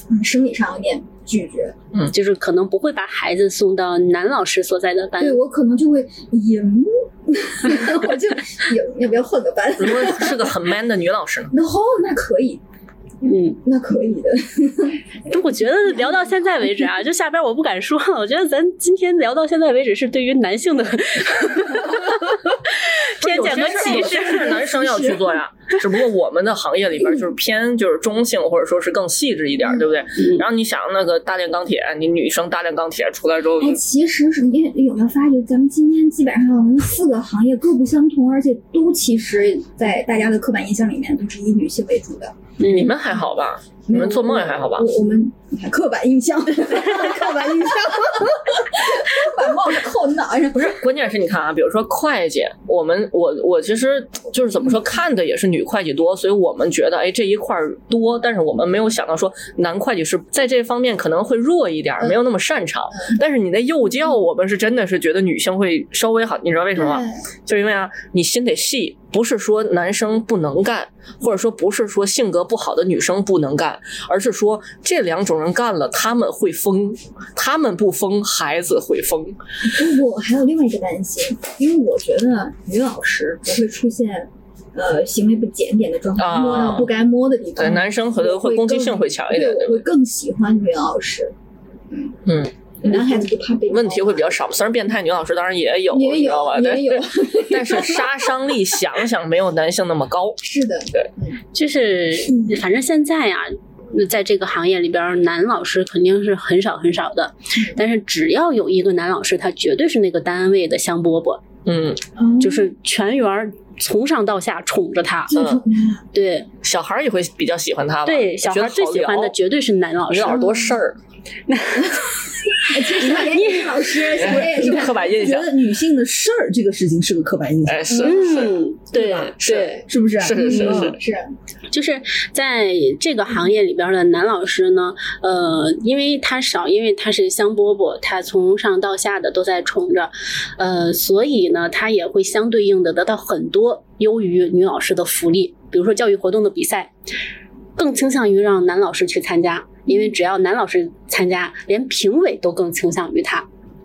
C: 嗯生理上有点拒绝。
A: 就是可能不会把孩子送到男老师所在的班
C: 对。我可能就会赢， 我就赢，要不要换个班？
B: 如果是个很 man 的女老师呢？
C: 然后那可以，
A: 嗯，
C: 那可以的。
A: 我觉得聊到现在为止啊，就下边我不敢说了。我觉得咱今天聊到现在为止是对于男性的 偏见和歧
B: 有些
A: 视
B: 事儿有些事儿男生要去做 呀，只不过我们的行业里边就是偏就是中性或者说是更细致一点儿，对不对？
A: 嗯
B: 然后你想那个大炼钢铁，你女生大炼钢铁出来之后，
C: 哎，其实是你有没有发觉，咱们今天基本上四个行业各不相同，而且都其实，在大家的刻板印象里面都是以女性为主的。
B: 你
A: 嗯，
B: 们还好吧？你们做梦也还好吧？
C: 我我们你看刻板印象， 刻板印象，把帽子扣你脑袋上，不
B: 不
C: 是
B: 是，关键是你看啊，比如说会计，我们我我其实就是怎么说，看的也是女会计多，所以我们觉得哎这一块儿多，但是我们没有想到说男会计是在这方面可能会弱一点
C: 嗯
B: 儿，没有那么擅长。但是你那幼教，我们是真的是觉得女性会稍微好，你知道为什么吗？就因为啊，你心得细，不是说男生不能干，或者说不是说性格不好的女生不能干，而是说这两种人干了他们会疯，他们不疯孩子会疯。
C: 哎我还有另外一个担心，因为我觉得女老师不会出现呃行为不检点的状况，
B: 啊
C: 摸到不该摸的地
B: 对，
C: 方。
B: 男生可能会攻击性会强一点，
C: 对，
B: 对
C: 我会更喜欢女老师。
B: 嗯，
C: 男孩子不怕被
B: 问题会比较少。虽然变态女老师当然也有，
C: 也
B: 你知道吧？
C: 有
B: 但
C: 也有，
B: 但是杀伤力想想没有男性那么高。
C: 是的，
A: 就是
C: 嗯
A: 反正现在啊，在这个行业里边儿，男老师肯定是
B: 嗯
A: 很少很少的，但是只要有一个男老师，他绝对是那个单位的香饽饽。
B: 嗯，
C: 哦
A: 就是全员儿从上到下宠着他。
B: 嗯
C: 就宠他，
A: 对
B: 小孩儿也会比较喜欢他吧？
A: 对，小
B: 觉
A: 孩
B: 得
A: 儿最
B: 好
A: 喜欢的
B: 聊
A: 绝对是男老
B: 人
A: 师。
B: 耳朵事儿，
C: 其实你老师，我 也哎是
B: 刻板印
D: 觉
B: 象，
D: 得女性的事儿这个事情是个刻板印象，
B: 哎，是是
A: 嗯，对
B: 吧是
A: 对，
D: 是不是？
B: 是是是
D: 嗯
B: 是，
C: 是
A: 就是在这个行业里边的男老师呢，呃，因为他少，因为他是香饽饽，他从上到下的都在宠着，呃，所以呢，他也会相对应的得到很多优于女老师的福利，比如说教育活动的比赛，更倾向于让男老师去参加。因为只要男老师参加，连评委都更倾向于他，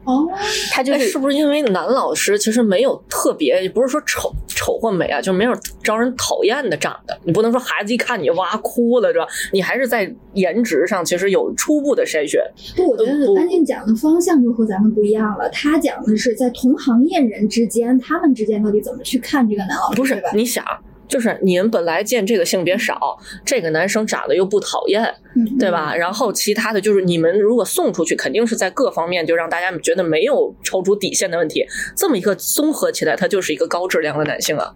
C: 哦，
A: 他就
B: 哎，
A: 是
B: 是不是因为男老师其实没有特别，不是说丑丑或美啊，就没有招人讨厌的长得。你不能说孩子一看你哇哭了，是吧？你还是在颜值上其实有初步的筛选。
C: 不，我觉得安静讲的方向就和咱们不一样了。他讲的是在同行业人之间，他们之间到底怎么去看这个男老师，
B: 不是
C: 对吧？
B: 你想，就是你们本来见这个性别少，这个男生长得又不讨厌，
C: 嗯
B: 对？吧？然后其他的就是你们如果送出去，肯定是在各方面就让大家觉得没有超出底线的问题。这么一个综合起来，他就是一个高质量的男性啊。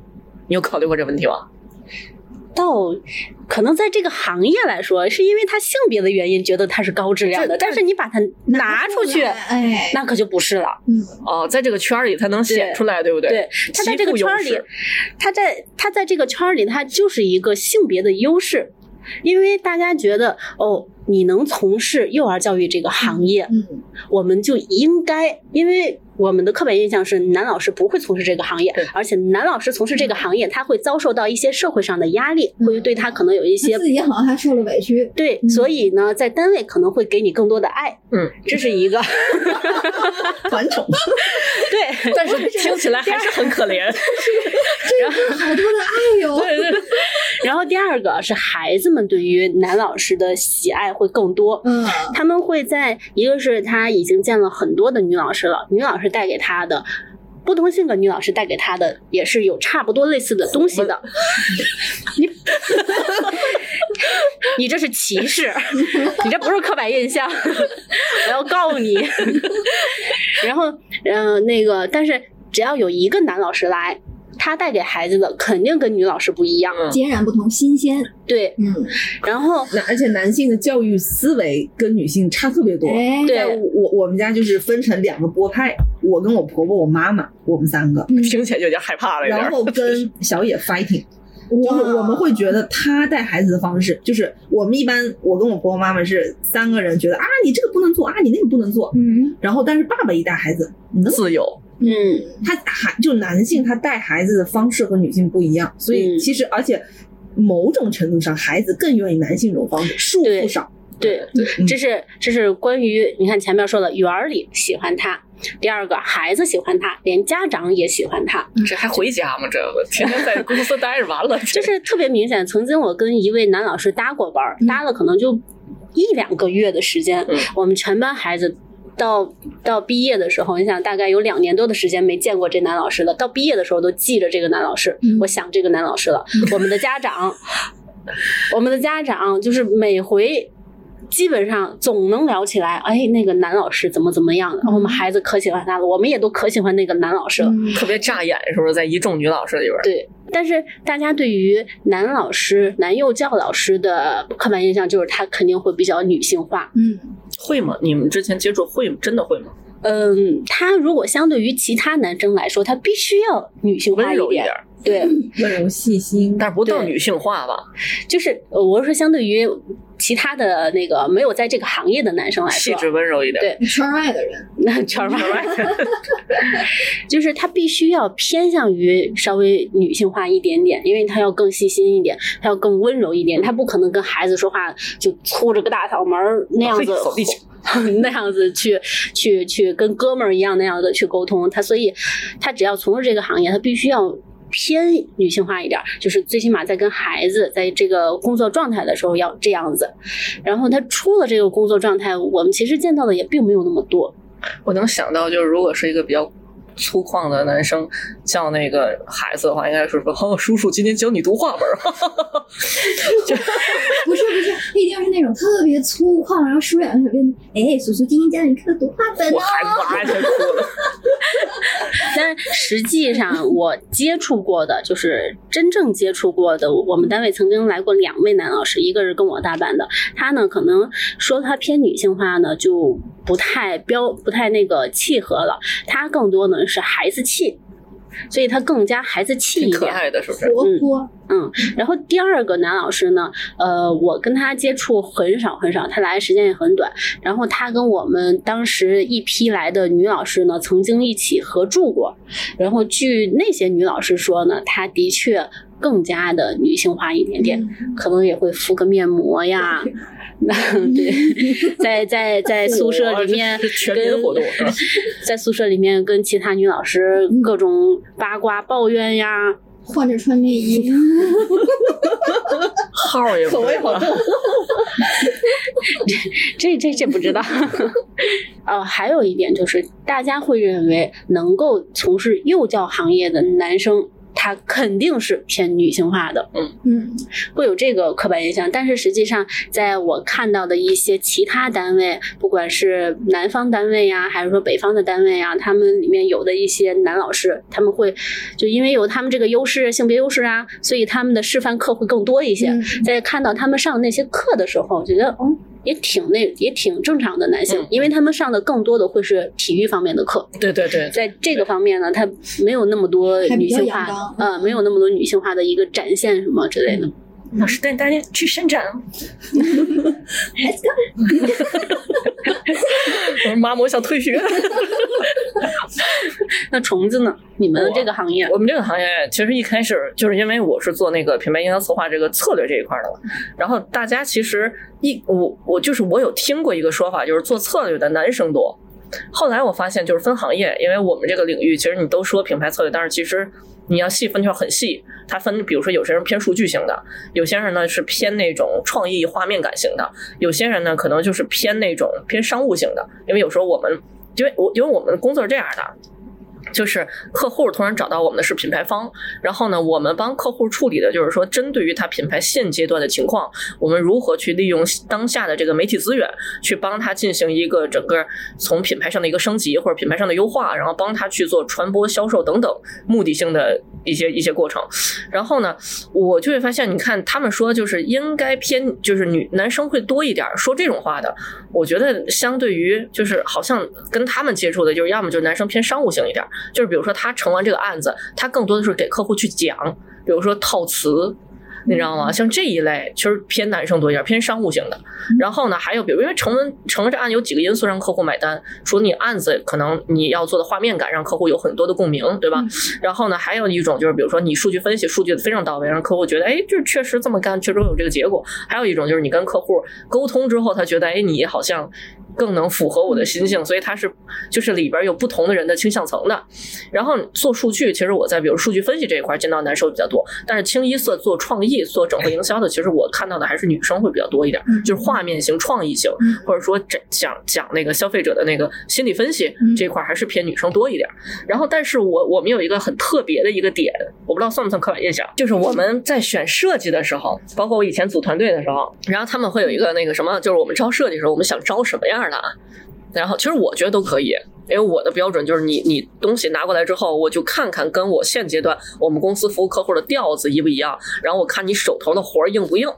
B: 你有考虑过这问题吗？
A: 到可能在这个行业来说，是因为他性别的原因，觉得他是高质量的，但是你把它
C: 嗯
A: 拿出去，
C: 哎，
A: 那可就不是了。
C: 嗯，
B: 哦，在这个圈儿里，他能显
A: 对
B: 出来，对不对？
A: 对，他在这个圈儿里
B: 极富优势，
A: 他在他在这个圈儿里，他就是一个性别的优势，因为大家觉得哦，你能从事幼儿教育这个行业，
C: 嗯，
A: 我们就应该，因为我们的刻板印象是男老师不会从事这个行业
B: 对，嗯
A: 而且男老师从事这个行业，他会遭受到一些社会上的压力，
C: 嗯
A: 会对他可能有一些
C: 他自己好像还受了委屈，
A: 对，
C: 嗯
A: 所以呢，在单位可能会给你更多的爱，
B: 嗯，
A: 这是 一个
D: 传统。
A: 对。
B: 但是听起来还是很 可怜。
C: 这个好多的爱哟。
B: 对对，
A: 然后第二个是孩子们对于男老师的喜爱会更多，
C: 嗯，
A: 他们会在一个是他已经见了很多的女老师了，女老师带给他的。不同性格女老师带给他的也是有差不多类似的东西的， 你你这是歧视，你这不是刻板印象， 我要告你。然后，嗯、那个，但是只要有一个男老师来，他带给孩子的肯定跟女老师不一样。
B: 嗯
C: 截然不同，新鲜。
A: 对，
C: 嗯，
A: 然后
D: 那而且男性的教育思维跟女性差特别多。
C: 哎，
A: 对
D: 在我我们家就是分成两个波派，我跟我婆婆、我妈妈，我们三个，
C: 嗯
B: 听起来就有点害怕了，有点
D: 然
B: 儿。
D: 后跟小野 fighting。我
C: 哇
D: 我们会觉得他带孩子的方式，就是我们一般，我跟我婆婆妈妈是三个人觉得啊，你这个不能做啊，你那个不能做。
C: 嗯
D: 然后，但是爸爸一带孩子，你能
B: 自由，
A: 嗯，
D: 他还就男性他带孩子的方式和女性不一样，所以
A: 嗯
D: 其实而且某种程度上，孩子更愿意男性这种方式，束缚
A: 对
D: 少。
A: 对，
B: 对，
D: 嗯
A: 这是这是关于你看前面说了，园儿里喜欢他，第二个孩子喜欢他，连家长也喜欢他，
B: 这还回家吗？这个天天在公司待着，完了，
A: 这是特别明显。曾经我跟一位男老师搭过班儿，
C: 嗯
A: 搭了可能就一两个月的时间
B: 嗯，
A: 我们全班孩子。到到毕业的时候，你想大概有两年多的时间没见过这男老师了。到毕业的时候都记着这个男老师，
C: 嗯
A: 我想这个男老师了。我们的家 长，我们的家长就是每回基本上总能聊起来，哎，那个男老师怎么怎么样的，
C: 嗯
A: 我们孩子可喜欢他了，我们也都可喜欢那个男老师了。
C: 嗯
B: 特别扎眼，是不是？在一众女老师里边儿，
A: 对，但是大家对于男老师、男幼教老师的刻板印象就是他肯定会比较女性化。
C: 嗯，
B: 会吗？你们之前接触会真的会吗？
A: 嗯，他如果相对于其他男生来说，他必须要女性化
B: 温柔一
A: 点
B: 点
A: 儿。
B: 儿，
A: 对，
D: 温柔细心，
B: 但是不到
A: 对
B: 女性化吧？
A: 就是呃我是说相对于其他的那个没有在这个行业的男生来说
B: 气，质温柔一点。
A: 对
C: 圈外的人，
A: 那圈外， 就是他必须要偏向于稍微女性化一点点，因为他要更细心一点，他要更温柔一点，他不可能跟孩子说话就粗着个大嗓门儿那样子
B: 走地球
A: 那样子去去去跟哥们儿一样那样的去沟通。他所以，他只要从事这个行业，他必须要。偏女性化一点儿，就是最起码在跟孩子在这个工作状态的时候要这样子。然后他出了这个工作状态，我们其实见到的也并没有那么多。
B: 我能想到，就是如果是一个比较粗犷的男生叫那个孩子的话，应该是说：“哦，叔叔今天教你读画本儿。
C: 不是不是，一定是那种特别粗犷，然后叔两个小辫子，哎，叔叔今天教你看读画本
B: 我
C: 哦。
B: 还
A: 哎
B: 哇一下 哭了。
A: 但实际上，我接触过的，就是真正接触过的，我们单位曾经来过两位男老师，一个是跟我搭班的，他呢可能说他偏女性化呢，就不太标，不太那个契合了，他更多呢是孩子气，所以他更加孩子气一
B: 挺可
A: 点。
B: 爱的，是不是？
C: 活泼，
A: 嗯，然后第二个男老师呢，呃，我跟他接触很少很少，他来的时间也很短。然后他跟我们当时一批来的女老师呢，曾经一起合住过。然后据那些女老师说呢，他的确更加的女性化一点点，
C: 嗯
B: 嗯
A: 可能也会敷个面膜 呀。那对，在在在宿舍里面
B: 哇这是全
A: 跟
B: 民活 动嗯是吧
A: 在宿舍里面跟其他女老师各种八卦抱怨呀，
C: 换着穿内衣，嗯
B: 号儿也不啊
D: 口味好
B: 重，
A: 这这这不知道。 哦，还有一点就是，大家会认为能够从事幼教行业的男生，他肯定是偏女性化的，
C: 嗯，
A: 会有这个刻板印象。但是实际上，在我看到的一些其他单位，不管是南方单位呀、还是说北方的单位啊，他们里面有的一些男老师，他们会就因为有他们这个优势、性别优势啊，所以他们的示范课会更多一些。
C: 嗯
A: 在看到他们上那些课的时候，我觉得嗯，也挺那也挺正常的男性，
B: 嗯
A: 因为他们上的更多的会是体育方面的课，
B: 对对对，
A: 在这个方面呢，他没有那么多
C: 还
A: 女
C: 比较
A: 性
C: 阳
A: 化
C: 刚，
A: 呃，没有那么多女性化的一个展现什么之类
B: 嗯
A: 的。
B: 老师带大家去 伸展。啊
C: Let's go，
B: 我说妈，我想退学。
A: 那虫子呢？你们这个行业，
B: 我们这个行业其实一开始就是因为我是做那个品牌营销策划这个策略这一块的嘛，然后大家其实一我我就是我有听过一个说法，就是做策略的男生多。后来我发现就是分行业，因为我们这个领域其实你都说品牌策略，但是其实你要细分就很细，它分比如说有些人偏数据型的，有些人呢是偏那种创意画面感型的，有些人呢可能就是偏那种偏商务型的，因为有时候我们因为我因为我们的工作是这样的，就是客户突然找到我们的是品牌方，然后呢，我们帮客户处理的就是说，针对于他品牌现阶段的情况，我们如何去利用当下的这个媒体资源，去帮他进行一个整个从品牌上的一个升级或者品牌上的优化，然后帮他去做传播、销售等等目的性的一些一些过程。然后呢，我就会发现，你看他们说就是应该偏就是女男生会多一点儿说这种话的，我觉得相对于就是好像跟他们接触的，就是要么就是男生偏商务型一点儿，就是比如说他成完这个案子，他更多的是给客户去讲，比如说套词。你知道吗？像这一类其实偏男生多一点，偏商务型的。然后呢，还有比如，因为成文成了这案有几个因素让客户买单，除了你案子可能你要做的画面感让客户有很多的共鸣，对吧？然后呢，还有一种就是，比如说你数据分析数据非常到位，让客户觉得，哎，这确实这么干，确实会有这个结果。还有一种就是你跟客户沟通之后，他觉得，哎，你好像更能符合我的心性，所以他是就是里边有不同的人的倾向层的。然后做数据，其实我在比如数据分析这一块见到男生比较多，但是清一色做创意、做整合营销的，其实我看到的还是女生会比较多一点，
C: 嗯
B: 就是画面型、创意型，
C: 嗯
B: 或者说这讲讲那个消费者的那个心理分析
C: 嗯
B: 这一块，还是偏女生多一点。然后，但是我我们有一个很特别的一个点，我不知道算不算刻板印象，就是我们在选设计的时候，包括我以前组团队的时候，然后他们会有一个那个什么，就是我们招设计的时候，我们想招什么样的啊？然后其实我觉得都可以，因为我的标准就是你你东西拿过来之后，我就看看跟我现阶段我们公司服务客户的调子一不一样，然后我看你手头的活儿硬不硬。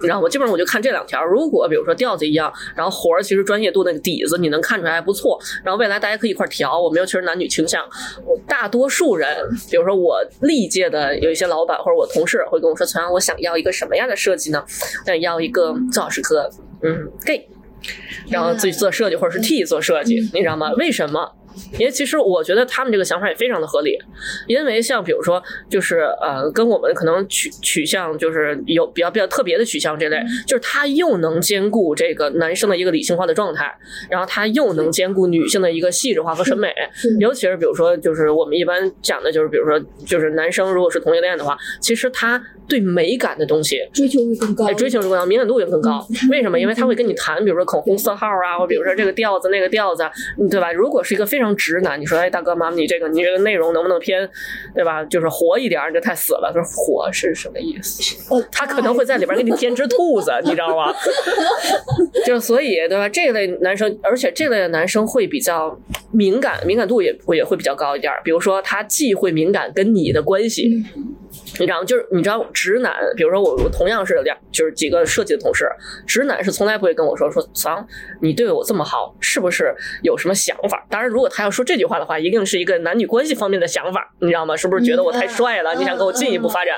B: 你知道吗？基本上我就看这两条。如果比如说调子一样，然后活儿其实专业度那个底子你能看出来还不错，然后未来大家可以一块儿调。我们尤其是男女倾向，我大多数人，比如说我历届的有一些老板或者我同事会跟我说：“陈阳，我想要一个什么样的设计呢？我想要一个最好是个嗯 gay，然后自己做设计或者是 T 做设计，你知道吗？为什么？因为其实我觉得他们这个想法也非常的合理，因为像比如说就是呃，跟我们可能取取向就是有比较比较特别的取向这类，就是他又能兼顾这个男生的一个理性化的状态，然后他又能兼顾女性的一个细致化和审美，
C: 是
B: 尤其是比如说，就是我们一般讲的就是，比如说，就是男生如果是同性恋的话，其实他对美感的东西，
C: 追求会更高
B: 哎，，追求是更高，敏感度也更高。为什么？因为他会跟你谈，比如说口红色号啊，或比如说这个调子那个调子啊，嗯对吧？如果是一个非常常直男，你说哎大哥妈妈你这个你这个内容能不能偏，对吧？就是活一点儿，你这太死了。他说活是什么意思？
C: 呃，
B: 他可能会在里边给你添只兔子，你知道吗？就是所以对吧？这类男生，而且这类的男生会比较敏感，敏感度也会也会比较高一点儿。比如说，他既会敏感跟你的关系，你知道吗，就是你知道直男，比如说我我同样是两，就是几个设计的同事，直男是从来不会跟我说说桑，你对我这么好，是不是有什么想法？当然，如果他要说这句话的话，一定是一个男女关系方面的想法，你知道吗？是不是觉得我太帅了？
C: 嗯
B: 你想跟我进一步发展？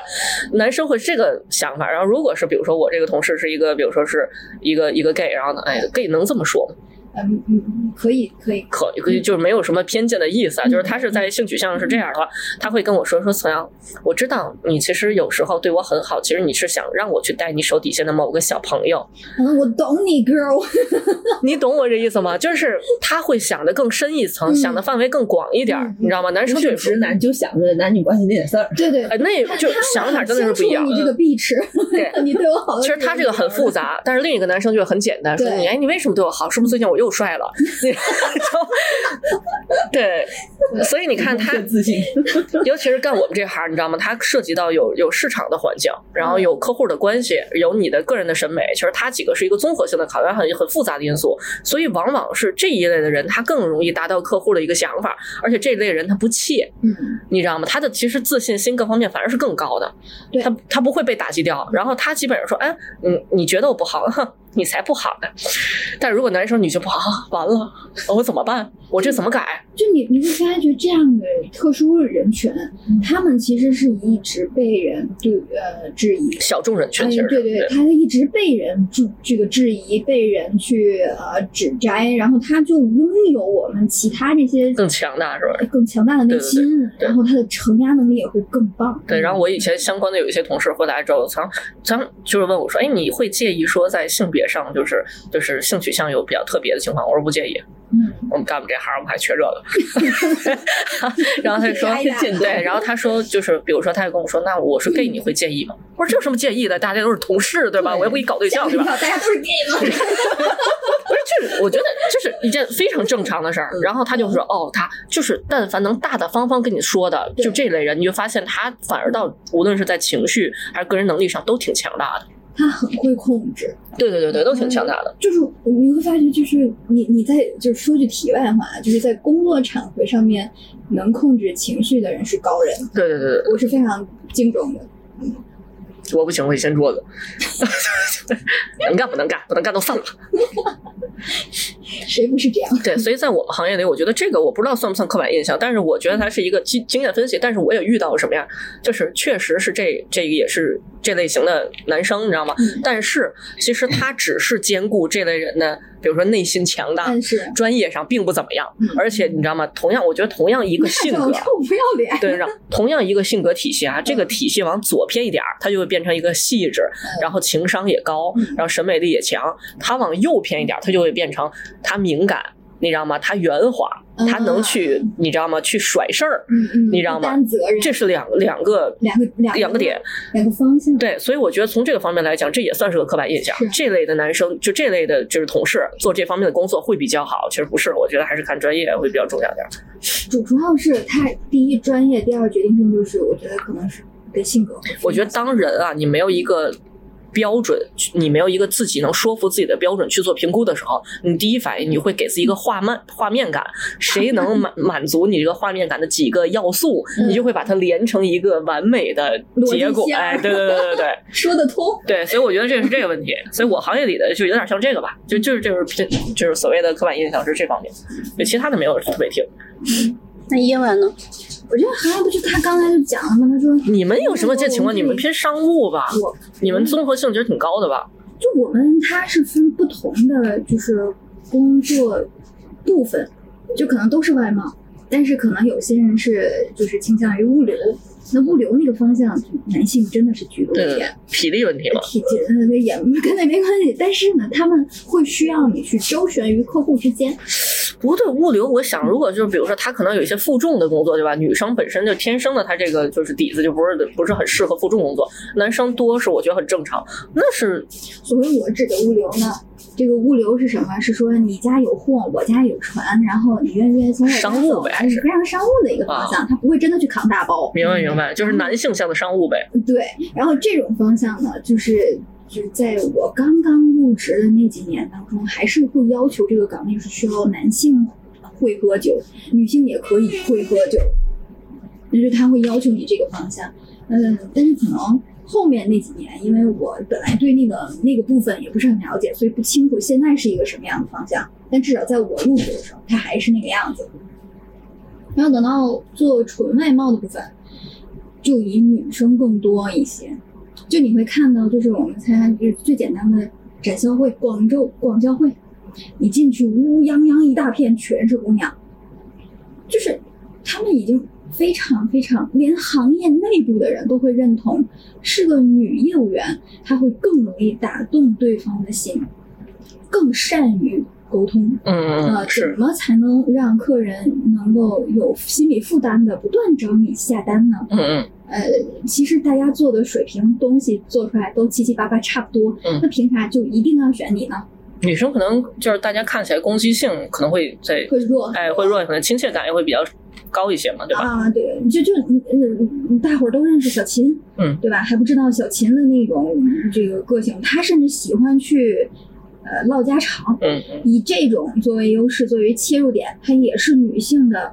B: 男生会是这个想法。然后，如果是比如说我这个同事是一个，比如说是一个一个 gay，然后呢，哎，gay 能这么说吗？
C: 嗯嗯，可以可以，
B: 可可以就是没有什么偏见的意思啊，
C: 嗯
B: 就是他是在性取向是这样的话，他会跟我说说孙杨，我知道你其实有时候对我很好，其实你是想让我去带你手底下的某个小朋友，
C: 嗯，我懂你，girl。
B: 你懂我这意思吗？就是他会想的更深一层，
C: 嗯
B: 想的范围更广一点儿
C: 嗯，
B: 你知道吗？男生
D: 是
B: 就
D: 直，男就想着男女关系那点事儿，
C: 对对，
B: 呃，那 就想法真的是不一样嗯
C: 你。这个嗯壁纸，
B: 对，
C: 你对我好的
B: 其实他这个很复杂，但是另一个男生就很简单，说
C: 对
B: 你哎，你为什么对我好？是不是最近我又帅 了？你就 对，所以你看他
D: 更自信。
B: 尤其是干我们这行，你知道吗？它涉及到有有市场的环境，然
C: 嗯
B: 后有客户的关系，有你的个人的审美，其实它几个是一个综合性的考量，很很复杂的因素。所以往往是这一类的人，他更容易达到客户的一个想法，而且这一类人他不怯，
C: 嗯，
B: 你知道吗？他的其实自信心各方面反而是更高的，
C: 对
B: 他他不会被打击掉。然后他基本上说，哎，你你觉得我不好， 哼，你才不好呢。但如果男生女就不好， 啊完了，我怎么办？我这怎么改？
C: 就你你会发觉这样的特殊人群，
B: 嗯
C: 他们其实是一直被人对呃质疑。
B: 小众人群
C: 哎
B: 其实、，
C: 对对，他一直被人质这个质疑，被人去呃指摘，然后他就拥有我们其他这些
B: 更强大是吧？
C: 更强大的内
B: 对对对
C: 心，然后他的承压能力也会更棒。
B: 对，然后我以前相关的有一些同事回来之后，常常就是问我说：“哎，你会介意说在性别上，就是就是性取向有比较特别的情况？”我说不介意，
C: 嗯，
B: 我们干我们这行，我们还缺这个。 然后他就 说
C: 哎呀：“
B: 对。”然后他说：“就是比如说，他就跟我说，那我是 gay，你会介意吗？”我说：“这有什么介意的？大家都是同事，对吧？
D: 对
B: 我又不给你搞对
C: 吓
B: 象，
C: 我一
B: 对
C: 跳，
B: 吧
C: 大家都是 gay 吗？？”
B: 不是，就是我觉得这是一件非常正常的事儿。然后他就说：“哦，他就是但凡能大大方方跟你说的，
C: 对
B: 就这类人，你就发现他反而到无论是在情绪还是个人能力上都挺强大的。”
C: 他很会控制，
B: 对对对对，都挺强大的。
C: 就是你会发觉，就是你你在就是说句题外话，啊就是在工作场合上面能控制情绪的人是高人，
B: 对对对
C: 我是非常敬重的。
B: 对，我不行，我得掀桌子。 能干不能干，不能干都散了。
C: 谁不是这样？
B: 对，所以在我们行业里，我觉得这个我不知道算不算刻板印象，但是我觉得它是一个经经验分析。但是我也遇到过什么呀？就是确实是这这个也是这类型的男生，你知道吗？
C: 嗯
B: 但是其实他只是兼顾这类人的，比如说内心强大。
C: 但是
B: 专业上并不怎么样
C: 嗯，
B: 而且你知道吗？同样，我觉得同样一个性 格，
C: 我臭不要脸，
B: 对，让同样一个性格体系啊，这个
C: 嗯
B: 体系往左偏一点儿，它就会变成一个细致，然后情商也高，
C: 嗯
B: 然后审美力也强；它往右偏一点儿，它就会变成它敏感，你知道吗？它圆滑，它能去，你知道吗？去甩事儿，
C: 啊嗯嗯，
B: 你知道吗
C: 不担责任，
B: 这是两两个
C: 两个嗯两
B: 两个点。，
C: 两个方向。
B: 对，所以我觉得从这个方面来讲，这也算是个刻板印象
C: 是。
B: 这类的男生，就这类的，就是同事做这方面的工作会比较好。其实不是，我觉得还是看专业会比较重要点儿。
C: 主主要是他第一专业，第二决定性就是我觉得可能是跟性格。
B: 我觉得当人啊，你没有一个标准，你没有一个自己能说服自己的标准去做评估的时候，你第一反应你会给自己一个画面画面感，谁 能满满足你这个画面感的几个要素，
C: 嗯
B: 你就会把它连成一个完美的结
C: 逻
B: 果
C: 辑。线儿
B: 哎，对对对对对
C: 说得通，
B: 对，所以我觉得这是这个问题。所以我行业里的就有点像这个吧，就就是就是偏就是所谓的刻板印象是这方面，对其他的没有特别听。
A: 那叶文呢？
C: 我觉得韩寒不就他刚才就讲了吗？他说
B: 你们有什么这情况？你们偏商务吧，
C: 我
B: 你们综合性其实挺高的吧？
C: 就我们它是分不同的，就是工作部分，就可能都是外贸，但是可能有些人是就是倾向于物流，那物流那个方向，男性真的是居多一
B: 对
C: 点，
B: 嗯体力问题嘛，
C: 体质呃也跟那没关系。但是呢，他们会需要你去周旋于客户之间，
B: 不对，物流，我想如果就是比如说她可能有一些负重的工作，对吧？女生本身就天生的她这个就是底子就不是不是很适合负重工作，男生多是我觉得很正常，那是
C: 所谓我指的物流呢，这个物流是什么？是说你家有货，我家有船，然后你愿不愿意从我家
B: 商务
C: 走
B: 呗
C: 还是非常商务的一个方向，他不会真的去扛大包。
B: 明白明白，就是男性向的商务呗。
C: 对，然后这种方向呢，就是。就是在我刚刚入职的那几年当中，还是会要求这个岗位是需要男性会喝酒，女性也可以会喝酒，但是他会要求你这个方向。嗯，但是可能后面那几年，因为我本来对那个那个部分也不是很了解，所以不清楚现在是一个什么样的方向。但至少在我入职的时候，它还是那个样子。然后等到做纯外贸的部分，就以女生更多一些。就你会看到，就是我们参加就是最简单的展销会，广州广交会，你进去乌泱泱一大片全是姑娘，就是他们已经非常非常，连行业内部的人都会认同是个女业务员，她会更容易打动对方的心，更善于沟通，
B: 嗯
C: 呃，
B: 嗯
C: 怎
B: 是，
C: 么才能让客人能够有心理负担的不断找你下单呢？
B: 嗯嗯
C: 呃，其实大家做的水平东西做出来都七七八八差不多，
B: 嗯
C: 那凭啥就一定要选你呢？
B: 女生可能就是大家看起来攻击性可能会在
C: 会弱。
B: 哎会弱，可能亲切感也会比较高一些嘛，对吧？
C: 啊，对，就就嗯，大伙儿都认识小琴，
B: 嗯
C: 对吧？还不知道小琴的那种这个个性，她甚至喜欢去呃唠家常，
B: 嗯嗯
C: 以这种作为优势，作为切入点，它也是女性的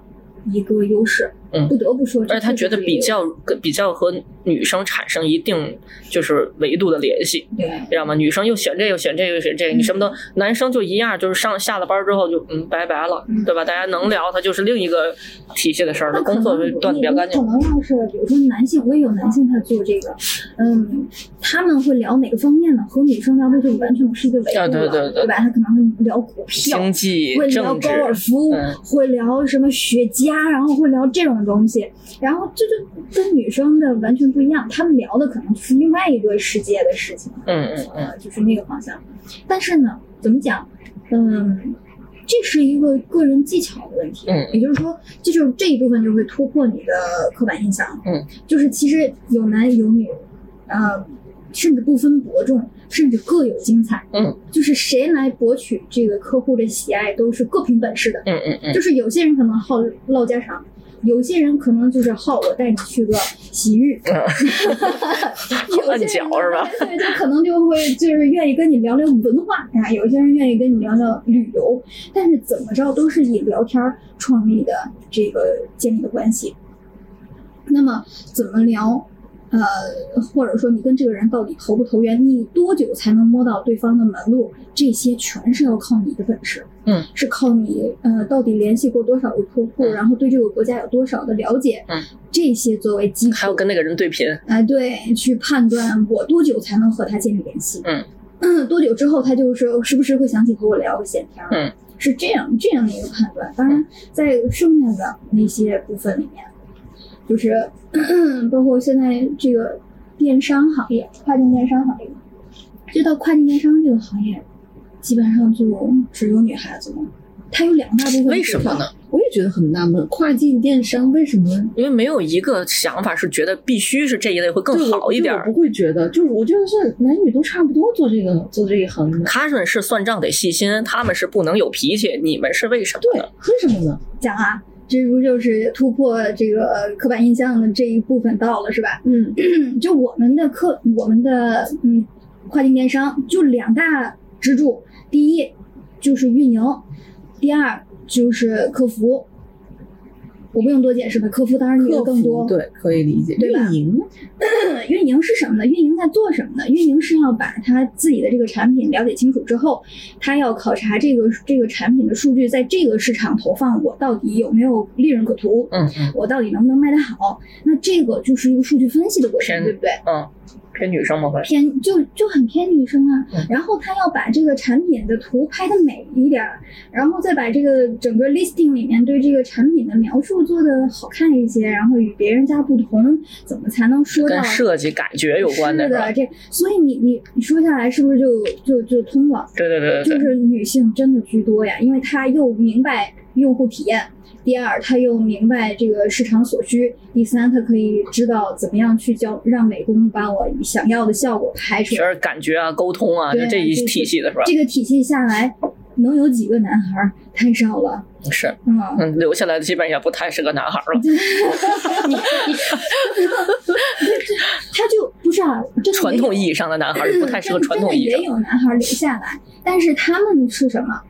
C: 一个优势。
B: 嗯
C: 不得不说，
B: 而且她觉得比较比较和女生产生一定就是维度的联系，
C: 对，
B: 知道吗？女生又选这又选这又选这，
C: 嗯
B: 你什么都，男生就一样，就是上下了班之后就嗯拜拜了
C: 嗯，
B: 对吧？大家能聊，他就是另一个体系的事儿了，工作断的比较干净
C: 可。能要是比如说男性，我也有男性他做这个，嗯，他们会聊哪个方面呢？和女生聊的就完全不是一个维度了，
B: 啊对对对
C: 吧？他可能会聊股票。
B: 经济
C: 会、聊
B: 政治
C: 高，尔夫，
B: 嗯
C: 会聊什么雪茄，然后会聊这种东西，然后这就跟女生的完全不一样，他们聊的可能就是另外一个世界的事情。
B: 嗯嗯嗯，
C: 呃，就是那个方向。但是呢，怎么讲？嗯，这是一个个人技巧的问题。
B: 嗯
C: 也就是说，这就是这一部分就会突破你的刻板印象。
B: 嗯，
C: 就是其实有男有女，呃，甚至不分伯仲，甚至各有精彩。
B: 嗯，
C: 就是谁来博取这个客户的喜爱，都是各凭本事的。
B: 嗯嗯嗯，
C: 就是有些人可能好唠家常。有些人可能就是好，我带你去个洗浴， 有
B: 嗯按
C: 些人
B: 脚
C: 就是
B: 吧？
C: 对，就可能就会就是愿意跟你聊聊文化啊，有些人愿意跟你聊聊旅游，但是怎么着都是以聊天儿创立的这个建立的关系。那么怎么聊？呃，或者说你跟这个人到底投不投缘，你多久才能摸到对方的门路？这些全是要靠你的本事，
B: 嗯，
C: 是靠你呃到底联系过多少个客户，
B: 嗯
C: 然后对这个国家有多少的了解，
B: 嗯，
C: 这些作为基础，
B: 还有跟那个人对频，
C: 哎，对，去判断我多久才能和他建立联系。
B: 嗯
C: 多久之后他就是时不时会想起和我聊个闲天儿。
B: 嗯，
C: 是这样这样的一个判断。当然，在剩下的那些部分里面，就是 咳咳包括现在这个电商行业、跨境电商行业，就到跨境电商这个行业，基本上就只有女孩子了。它有两大部分，
B: 为什么呢？？
D: 我也觉得很纳闷，跨境电商为什么
B: 因为没有一个想法是觉得必须是这一类会更
D: 对我
B: 好一点
D: 我
B: 儿
D: 不。会觉得，就是我觉得是男女都差不多做这个做这一行的。
B: 他们是算账得细心，他们是不能有脾气，你们是为什么
D: 对，
B: 呢？
D: 为什么呢？
C: 讲啊，这不就是突破这个刻板印象的这一部分到了是吧？
D: 嗯，
C: 就我们的客，我们的嗯，跨境电商就两大支柱，第一就是运营，第二就是客服。我不用多解释吧，客服当然女的
D: 客
C: 更
D: 服
C: 多。
D: 对，可以理解。
C: 对吧
D: 运营呢？
C: 运营是什么呢？运营在做什么呢？运营是要把他自己的这个产品了解清楚之后，他要考察这个这个产品的数据，在这个市场投放，我到底有没有利润可图？
B: 嗯嗯
C: 我到底能不能卖得好？那这个就是一个数据分析的过程，
B: 偏
C: 对不对？
B: 嗯，偏女生吗？会
C: 偏就就很偏女生啊
B: 嗯。
C: 然后他要把这个产品的图拍的美一点儿，然后再把这个整个 listing 里面对这个产品的描述做的好看一些，然后与别人家不同，怎么才能说到
B: 跟设计感觉有关
C: 啊是
B: 是吧
C: 的，这所以你你你说下来是不是就就就通了？
B: 对对对
C: 就
B: 对对，
C: 是女性真的居多呀，因为她又明白用户体验，第二她又明白这个市场所需，第三她可以知道怎么样去教让美工把我想要的效果拍出
B: 全
C: 来。
B: 是感觉啊、沟通啊，
C: 对
B: 就
C: 啊
B: 这一
C: 就是
B: 体系的是吧？
C: 这个体系下来，能有几个男孩儿？太少了，
B: 是，
C: 嗯。
B: 嗯，留下来的基本也不太是个男孩儿了，
C: 他就不是啊，真的
B: 传
C: 也有嗯
B: 统意义上的男孩儿就不太适合传统
C: 真
B: 意
C: 的
B: 义
C: 也
B: 上。
C: 有男孩留下来，但是他们是什么？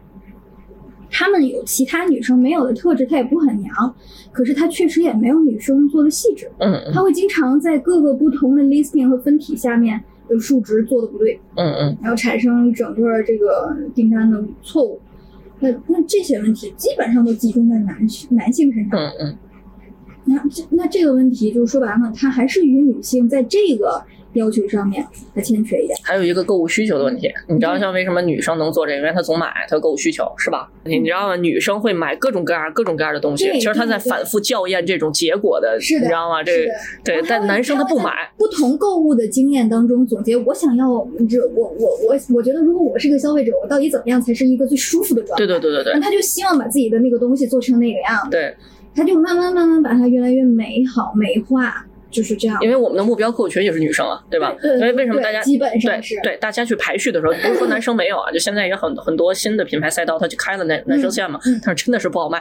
C: 他们有其他女生没有的特质，他也不很娘，可是他确实也没有女生做的细致。
B: 嗯嗯
C: 他会经常在各个不同的 listing 和分体下面的数值做的不对，
B: 嗯嗯，
C: 然后产生整个这个订单的错误。那那这些问题基本上都集中在男性男性身上。
B: 嗯嗯，
C: 那这那这个问题就是说白了，它还是与女性在这个要求上面它欠缺一点。
B: 还有一个购物需求的问题，你
C: 嗯
B: 知道像为什么女生能做这个？因为她总买，她有购物需求是吧？你知道吗？女生会买各种各样、各种各样的东西，
C: 嗯对
B: 其实她
C: 对
B: 在
C: 对
B: 反复校验这种结果的，
C: 是的
B: 你知道
C: 是
B: 吗？这
C: 的
B: 对
C: 然，后
B: 但
C: 会
B: 男生他不
C: 会在
B: 买，
C: 不同购物的经验当中总结，我想要这，我我我，我觉得如果我是个消费者，我到底怎么样才是一个最舒服的状态？
B: 对对对对
C: 那
B: 对
C: 他就希望把自己的那个东西做成那个样子，
B: 对，
C: 他就慢慢慢慢把它越来越美好美化，就是这样。
B: 因为我们的目标客户群也是女生啊，对吧？
C: 对对
B: 所以为什么
C: 对
B: 大家
C: 基本上
B: 对
C: 是
B: 对大家去排序的时候，不是说男生没有啊，就现在也很很多新的品牌赛道，它就开了男男生线嘛
C: 嗯，
B: 但是真的是不好卖，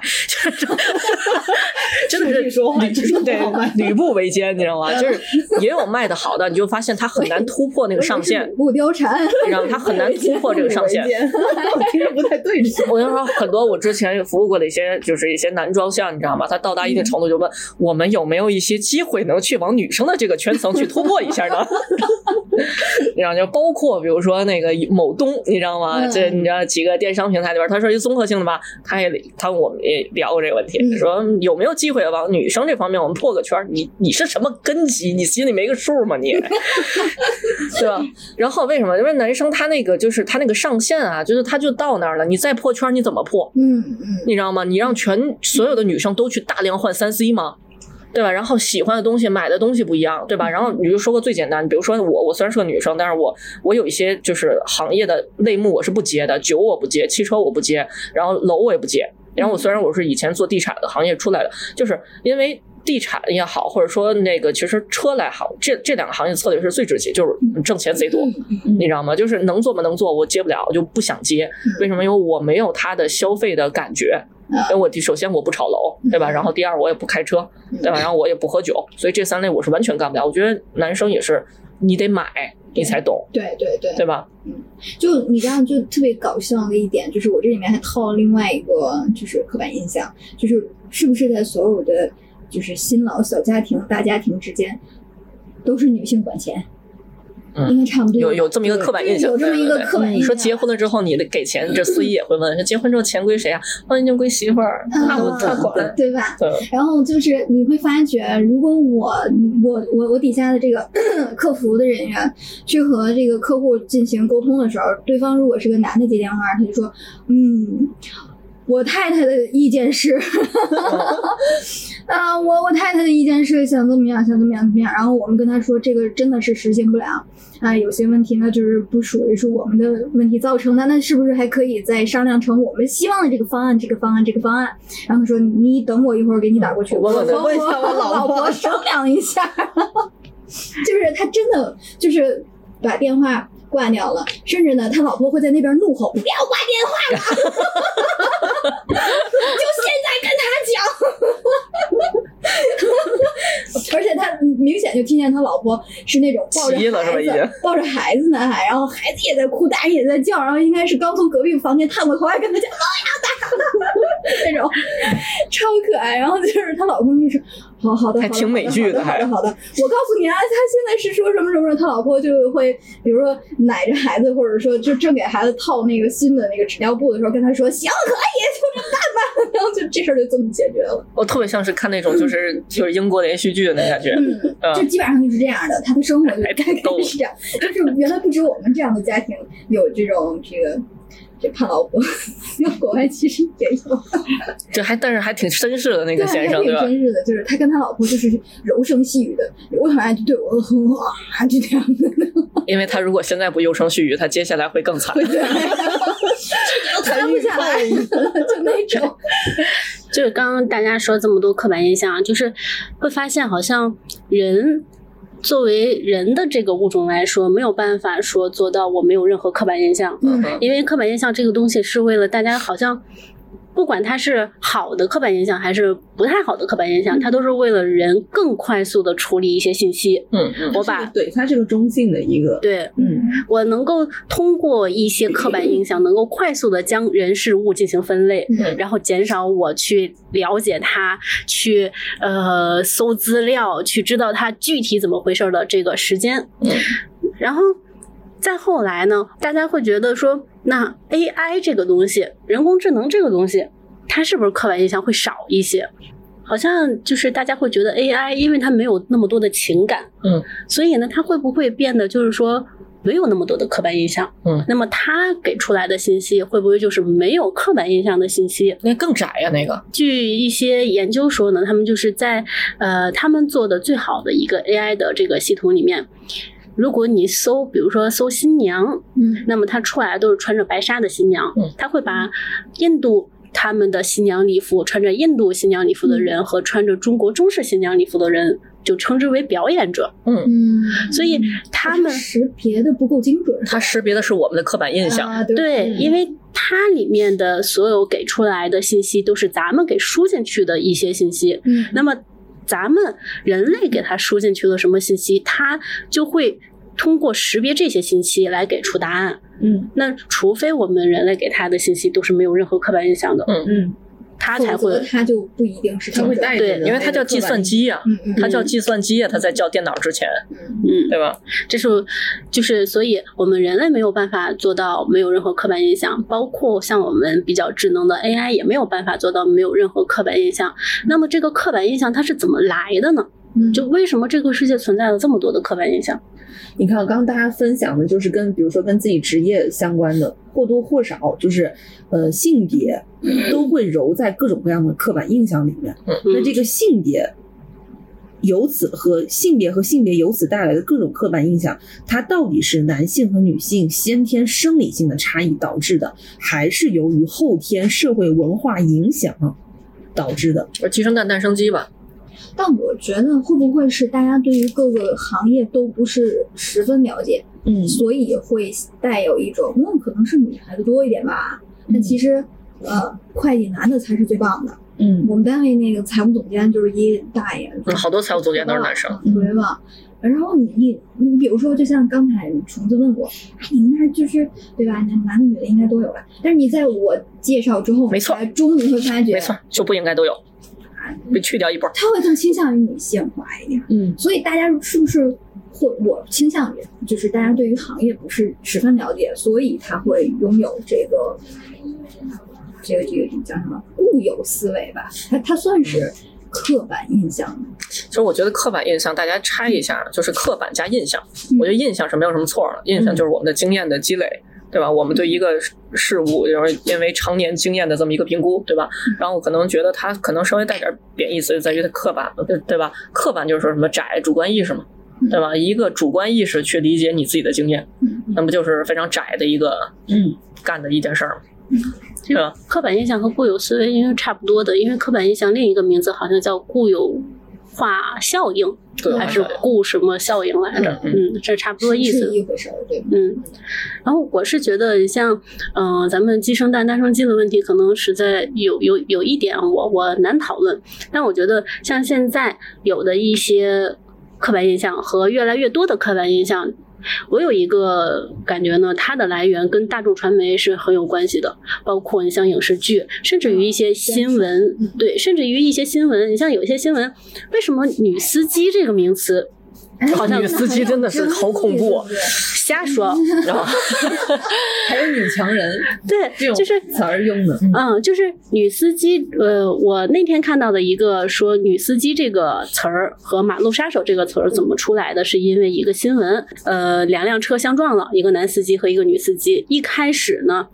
B: 真的是
D: 说话哦真的不好 卖
B: 对吕布为奸，你知道吗？就是也有卖的好的，你就发现它很难突破那个上限，
C: 不貂 蝉，
B: 你知道吗？它很难突破这个上限。
D: 我听着不太对 劲。
B: 我跟你说，很多我之前也服务过的一些，就是一些男装像，你知道吗？他到达一定程度就问、我们有没有一些机会能去往女生的这个圈层去突破一下呢？ 然后就包括比如说那个某东，你知道吗？
C: 嗯
B: 这你知道几个电商平台里边，他说一综合性的吧，他也他我们也聊过这个问题，
C: 嗯
B: 说有没有机会往女生这方面我们破个圈儿？你你是什么根基？你心里没个数吗？你 对吧？然后为什么？因为男生他那个就是他那个上限啊，就是他就到那儿了，你再破圈儿你怎么破？
C: 嗯嗯，
B: 你知道吗？你让全所有的女生都去大量换三 C 吗？对吧？然后喜欢的东西、买的东西不一样，对吧？然后你就说个最简单，比如说我，我虽然是个女生，但是我我有一些就是行业的类目我是不接的，酒我不接，汽车我不接，然后楼我也不接。然后我虽然我是以前做地产的行业出来的，就是因为地产也好，或者说那个其实车来好，这这两个行业策略是最直接，就是挣钱贼多。你知道吗？就是能做吗？能做，我接不了，我就不想接。为什么？因为我没有他的消费的感觉。
C: 嗯
B: 因为我第首先我不炒楼，对吧？然后第二我也不开车，
C: 嗯
B: 对吧？然后我也不喝酒，所以这三类我是完全干不了。我觉得男生也是，你得买你才懂，
C: 对对对，
B: 对吧？
C: 就你知道，就特别搞笑的一点，就是我这里面还套了另外一个就是刻板印象，就是是不是在所有的就是新老小家庭、大家庭之间，都是女性管钱，
B: 嗯
C: 应该差不多吧。
B: 有有这么一个刻板印象，
C: 有这么一个
B: 对对对嗯
C: 刻板印象。
B: 说结婚了之后你得给钱，这司仪也会问，说结婚之后钱归谁啊？哦，那就归媳妇儿，
C: 啊
B: 那我他管。
C: 对吧？
B: 对，
C: 然后就是你会发觉，如果我我我我底下的这个 客服的人员去和这个客户进行沟通的时候，对方如果是个男的接电话，他就说，嗯。我太太的意见是， 啊，我我太太的意见是想怎么样，想怎么样，怎么样。然后我们跟他说，这个真的是实行不了，啊，有些问题呢就是不属于是我们的问题造成的，那是不是还可以再商量成我们希望的这个方案，这个方案，这个方案？然后他说你等我一会儿，给你打过去，
B: 嗯
C: 我
B: 我
C: 和
D: 问一下
C: 我
D: 我
C: 老
D: 老婆
C: 婆商量一下。 就是他真的就是把电话挂掉了，甚至呢，他老婆会在那边怒吼：“不要挂电话了， 就现在跟他 讲。”而且他明显就听见他老婆是那种抱着
B: 急了是吧
C: 孩
B: 已经
C: 子，抱着孩子呢，还然后孩子也在哭，大人也在叫，然后应该是刚从隔壁房间探过头来跟他讲：“哎呀， 那种超可爱。然后就是她老公就是好好的，
B: 还
C: 好的
B: 挺美剧的
C: 好的好的
B: 还
C: 好的。我告诉你啊，她现在是说什么什么，她老婆就会比如说奶着孩子，或者说就正给孩子套那个新的那个纸尿布的时候，跟她说行，可以，就这么干吧。然后就这事儿就这么解决了。
B: 我特别像是看那种就是就是英国连续剧的那感觉，
C: 嗯，
B: 嗯
C: 就基本上就是这样的，他的生 活就大概是这样，就是原来不止我们这样的家庭有这种这个这怕老婆， 因为国外其实也有，
B: 就还但是还挺绅士的那个
C: 对，
B: 先
C: 还
B: 生，
C: 挺
B: 对吧？
C: 真实的，就是他跟他老婆就是柔声细语的，我很爱就对我很好啊，就这样的，
B: 因为他如果现在不优生续语，他接下来会更惨。啊
C: 谈不下来，就那种，
A: 就是刚刚大家说这么多刻板印象啊，就是会发现好像人作为人的这个物种来说，没有办法说做到我没有任何刻板印象，
C: 嗯
B: 嗯
A: 因为刻板印象这个东西是为了大家好像。不管它是好的刻板印象还是不太好的刻板印
B: 嗯
A: 象，它都是为了人更快速的处理一些信息。
B: 嗯嗯，
A: 我把
D: 对，它是个中性的一个，
A: 对
D: 嗯，
A: 我能够通过一些刻板印象，能够快速的将人事物进行分类，
C: 嗯
A: 然后减少我去了解它、去呃搜资料、去知道它具体怎么回事儿的这个时间。
B: 嗯
A: 然后再后来呢，大家会觉得说，那 AI 这个东西，人工智能这个东西，它是不是刻板印象会少一些？好像就是大家会觉得 AI，因为它没有那么多的情感，
B: 嗯，
A: 所以呢，它会不会变得就是说没有那么多的刻板印象？
B: 嗯
A: 那么它给出来的信息会不会就是没有刻板印象的信息？
B: 那更窄呀、那个
A: 据一些研究说呢，他们就是在呃他们做的最好的一个 AI 的这个系统里面，如果你搜，比如说搜新娘，
C: 嗯
A: 那么她出来都是穿着白纱的新娘
B: 嗯，
A: 她会把印度。他们的新娘礼服，穿着印度新娘礼服的人和穿着中国中式新娘礼服的人，就称之为表演者。
C: 嗯，
A: 所以他们
C: 识别的不够精准，
B: 他识别的是我们的刻板印象。
C: 啊，对
A: 对，因为它里面的所有给出来的信息都是咱们给输进去的一些信息，
C: 嗯，
A: 那么咱们人类给它输进去了什么信息，它就会通过识别这些信息来给出答案。
D: 嗯
A: 那除非我们人类给它的信息都是没有任何刻板印象的，
D: 嗯，
A: 它才
C: 否则
A: 会
C: 他就不一定是
D: 它
C: 精
D: 会
C: 准
D: 带
A: 对
D: 着人类的
B: 因为它叫计算机呀、
C: 嗯嗯嗯
B: 它叫计算机呀、它在叫电脑之前，
C: 嗯
A: 嗯。
B: 对吧？
A: 这是就是，所以我们人类没有办法做到没有任何刻板印象，包括像我们比较智能的 AI 也没有办法做到没有任何刻板印象。那么这个刻板印象它是怎么来的呢？
C: 嗯，
A: 就为什么这个世界存在了这么多的刻板印象？
D: 你看，刚刚大家分享的就是跟比如说跟自己职业相关的，或多或少就是呃性别都会揉在各种各样的刻板印象里面。那
B: 嗯
D: 这个性别由此和性别和性别由此带来的各种刻板印象，它到底是男性和女性先天生理性的差异导致的，还是由于后天社会文化影响导致的？
B: 我鸡生蛋，蛋生鸡吧。
C: 但我觉得会不会是大家对于各个行业都不是十分了解，
D: 嗯
C: 所以会带有一种，嗯，可能是女孩子多一点吧。但其实，呃，会计男的才是最棒的。
D: 嗯
C: 我们单位那个财务总监就是一大爷，
B: 嗯，好多财务总监都是男生。
C: 特别棒。然后你你你，比如说，就像刚才虫子问我，哎，你们那儿就是对吧？男男的女的应该都有吧？但是你在我介绍之后，
B: 没错
C: 才终于会发觉，
B: 没错，，就不应该都有，被去掉一半儿。
C: 他会更倾向于女性化一点。
D: 嗯
C: 所以大家是不是或我倾向于就是大家对于行业不是十分了解，所以他会拥有这个这个这个叫什么固有思维吧？他他算是刻板印象。
B: 其实我觉得刻板印象，大家拆一下，就是刻板加印象。我觉得印象是没有什么错的，印象就是我们的经验的积累，对吧？我们对一个事事物，就是因为常年经验的这么一个评估，对吧？然后我可能觉得它可能稍微带点贬义词，就在于它刻板，对对吧？刻板就是说什么窄主观意识嘛，对吧？一个主观意识去理解你自己的经验，
C: 嗯
B: 那不就是非常窄的一个
D: 嗯
B: 干的一件事儿吗？
A: 这
B: 对吧
A: 个刻板印象和固有思维应该差不多的，因为刻板印象另一个名字好像叫固有化效应，
B: 对
A: 还是固什么效应来着？
B: 嗯
A: 嗯，这差不多意思
C: 是。一回事儿，对吧？
A: 嗯，然后我是觉得像，嗯、咱们鸡生蛋，蛋生鸡的问题，可能实在有有有一点啊我我难讨论，但我觉得像现在有的一些刻板印象和越来越多的刻板印象，我有一个感觉呢，它的来源跟大众传媒是很有关系的，包括你像影视剧，甚至于一些新
D: 嗯
A: 闻，对，甚至于一些新闻，你像有一些新闻，为什么“女司机”这个名词
C: 哎
B: 好
C: 那
B: 像女司机真的是好恐怖啊
C: 对对对
A: 瞎说？
D: 嗯
B: 然后
D: 还有女强人 这
A: 对，
D: 种
A: 就是
D: 词儿用的，
A: 嗯，就是女司机，呃，我那天看到的一个说女司机这个词儿和马路杀手这个词儿怎么出来的，是因为一个新闻，呃，两辆车相撞了，一个男司机和一个女司机。一开始呢，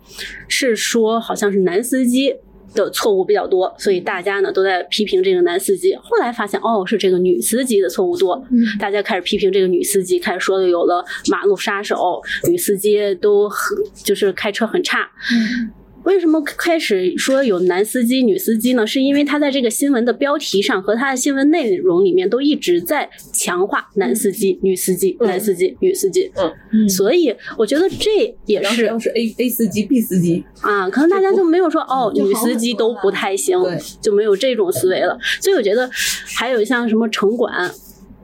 A: 是说好像是男司机。的错误比较多，所以大家呢都在批评这个男司机。后来发现，哦，是这个女司机的错误多，
C: 嗯
A: 大家开始批评这个女司机，开始说有了马路杀手，女司机都很就是开车很差，
C: 嗯
A: 为什么开始说有男司机、女司机呢？是因为他在这个新闻的标题上和他的新闻内容里面都一直在强化男司机、女司机、
B: 嗯
A: 男司机、女司机，
D: 嗯
A: 所以我觉得这也
D: 然后
A: 是
D: 要是 A A 司机 B 司机，
A: 啊，可能大家就没有说哦，
C: 就好
A: 女司机都不太行
D: 很多了，
A: 就没有这种思维了。所以我觉得还有像什么城管。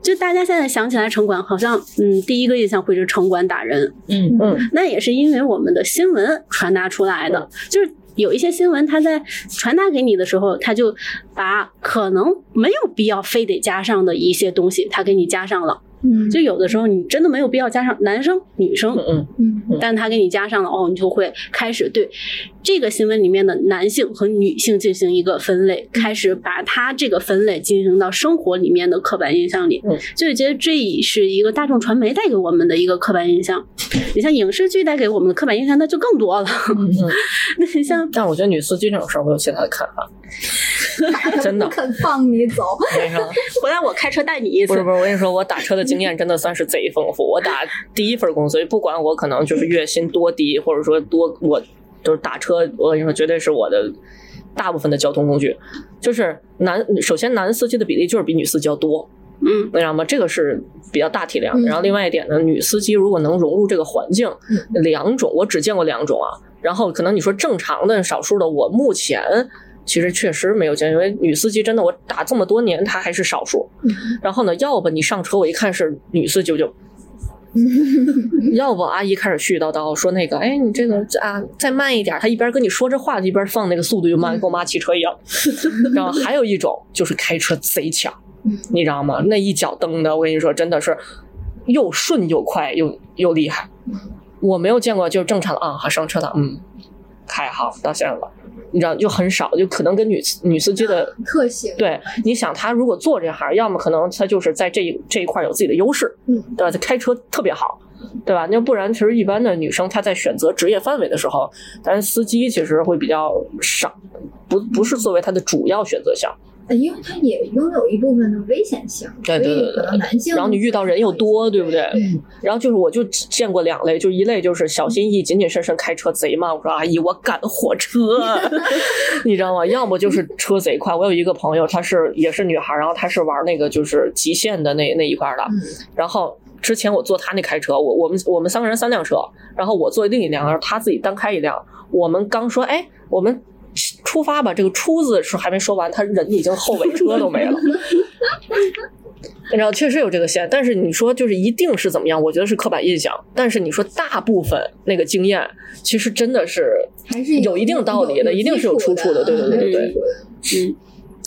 A: 就大家现在想起来城管，好像嗯，第一个印象会是城管打人，
D: 嗯
A: 那也是因为我们的新闻传达出来的，就是。有一些新闻，它在传达给你的时候，它就把可能没有必要非得加上的一些东西，它给你加上了。
C: 嗯
A: 就有的时候你真的没有必要加上男生、女生，
B: 嗯嗯，
C: 嗯
A: 但他给你加上了哦，你就会开始对这个新闻里面的男性和女性进行一个分类，开始把它这个分类进行到生活里面的刻板印象里。
B: 嗯
A: 所以我觉得这也是一个大众传媒带给我们的一个刻板印象。你像影视剧带给我们的刻板印象，那就更多了。
B: 嗯
A: 那你像
B: 但我觉得女司机这种事儿，我有其他的看法。真的
C: 不肯放你走，
B: 我跟你说，
A: 回来我开车带你一
B: 不
A: 次
B: 是，不是，我跟你说，我打车的经验真的算是贼丰富。我打第一份工作，不管我可能就是月薪多低，或者说多，我就是打车，我跟你说，绝对是我的大部分的交通工具。就是男，首先男司机的比例就是比女司机要多，
A: 嗯，
B: 你知道吗？这个是比较大体量的。
C: 嗯
B: 然后另外一点呢，女司机如果能融入这个环境，两种我只见过两种啊。然后可能你说正常的少数的，我目前其实确实没有见，因为女司机真的我打这么多年，她还是少数。然后呢，要不你上车，我一看是女司机，我就。要不阿姨开始絮絮叨叨说那个，哎，你这个啊，再慢一点。她一边跟你说这话，一边放那个速度就慢，跟我妈骑车一样。然后还有一种就是开车贼抢
C: 嗯，
B: 你知道吗？那一脚蹬的，我跟你说，真的是又顺又快又又厉害。我没有见过就是正常的啊，还上车的，嗯，开好到线了，你知道就很少，就可能跟女女司机的
C: 特性，
B: 对，你想他如果做这行，要么可能他就是在这一这一块有自己的优势，
C: 嗯
B: 对吧？他开车特别好，对吧？那不然其实一般的女生她在选择职业范围的时候，咱司机其实会比较少，不不是作为她的主要选择项。
C: 因为它也拥有一部分的危险性，
B: 对对对
C: 所
B: 对
C: 以可能男性，
B: 然后你遇到人又多，对不对？
C: 对
B: 然后就是我就只见过两类，就一类就是小心翼翼、谨谨慎慎开车贼慢，我说阿姨我赶火车， 你知道吗？要么就是车贼快。我有一个朋友，她是也是女孩，然后她是玩那个就是极限的那那一块的，
C: 嗯
B: 然后之前我坐他那开车，我我们我们三个人三辆车，然后我坐另一辆，然后他自己单开一辆。我们刚说，哎，我们出发吧，这个“出”字是还没说完，他人已经后尾车都没了。然后确实有这个线，但是你说就是一定是怎么样？我觉得是刻板印象。但是你说大部分那个经验，其实真的是
C: 还是
B: 有一定道理的，一定是有出处的。对对对
C: 有
B: 对
C: 基础的啊
A: 嗯。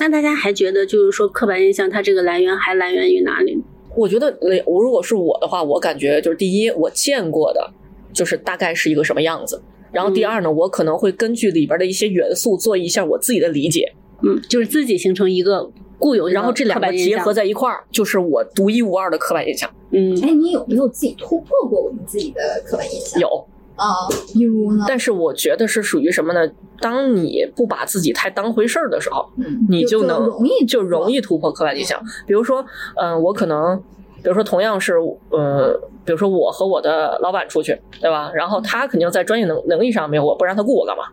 A: 那大家还觉得就是说刻板印象它这个来源还来源于哪里？
B: 我觉得，呃我如果是我的话，我感觉就是第一，我见过的就是大概是一个什么样子。然后
A: 嗯
B: 第二呢，我可能会根据里边的一些元素做一下我自己的理解，
A: 嗯，就是自己形成一个固有的
B: 然后这两
A: 刻
B: 个
A: 板印
B: 结
A: 象
B: 合，在一块儿，就是我独一无二的刻板印象。
A: 嗯，
C: 哎，你有没有自己突破过我们自己的刻板印象？
B: 有，
C: 啊，比如呢？
B: 但是我觉得是属于什么呢？当你不把自己太当回事儿的时候，
C: 嗯
B: 你
C: 就
B: 能
C: 容易
B: 就容易突破刻板印象。比如说，嗯、我可能，比如说同样是，呃，比如说我和我的老板出去，对吧？然后他肯定在专业能能力上没有我，不然他雇 我干嘛？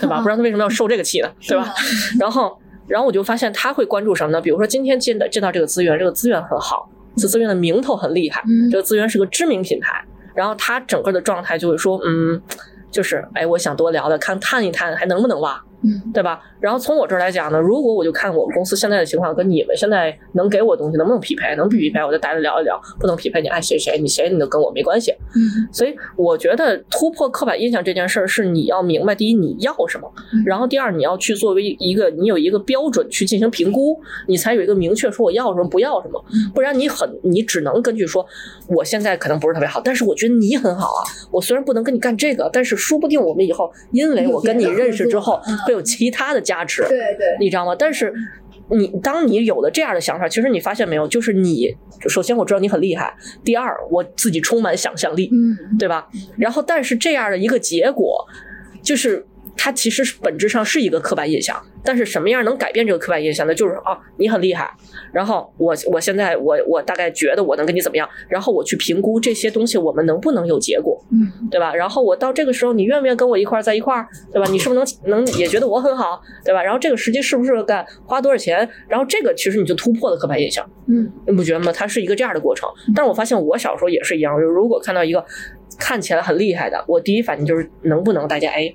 B: 对吧？不然他为什么要受这个气呢？对吧？？然后，然后我就发现他会关注什么呢？比如说今天进的进到这个资源，这个资源很好，这资源的名头很厉害，
C: 嗯
B: 这个资源是个知名品牌。然后他整个的状态就会说，嗯，就是哎，我想多聊聊，看探一探还能不能挖，
C: 嗯
B: 对吧？然后从我这儿来讲呢，如果我就看我们公司现在的情况跟你们现在能给我的东西能不能匹配，能匹配我就大家聊一聊，不能匹配你爱谁谁，你谁你就跟我没关系。
C: 嗯
B: 所以我觉得突破刻板印象这件事儿是你要明白，第一你要什么
C: 嗯，
B: 然后第二你要去作为一个你有一个标准去进行评估，你才有一个明确说我要什么不要什么
C: 嗯，
B: 不然你很你只能根据说我现在可能不是特别好，但是我觉得你很好啊，我虽然不能跟你干这个，但是说不定我们以后因为我跟你认识之后
C: 有别的合作嗯
B: 会有其他的加持，
C: 对对，
B: 你知道吗？但是你当你有了这样的想法，其实你发现没有，就是你首先我知道你很厉害，第二我自己充满想象力，
C: 嗯
B: 对吧？然后，但是这样的一个结果，就是它其实是本质上是一个刻板印象。但是什么样能改变这个刻板印象呢？就是啊，你很厉害，然后我我现在我我大概觉得我能跟你怎么样，然后我去评估这些东西我们能不能有结果，
C: 嗯
B: 对吧？然后我到这个时候，你愿不愿意跟我一块儿在一块儿，对吧？你是不是能能也觉得我很好，对吧？然后这个时机适不适合干，花多少钱？然后这个其实你就突破了刻板印象。
C: 嗯
B: 你不觉得吗？它是一个这样的过程。
D: 嗯
B: 但是我发现我小时候也是一样，就是如果看到一个看起来很厉害的，我第一反应就是能不能大家哎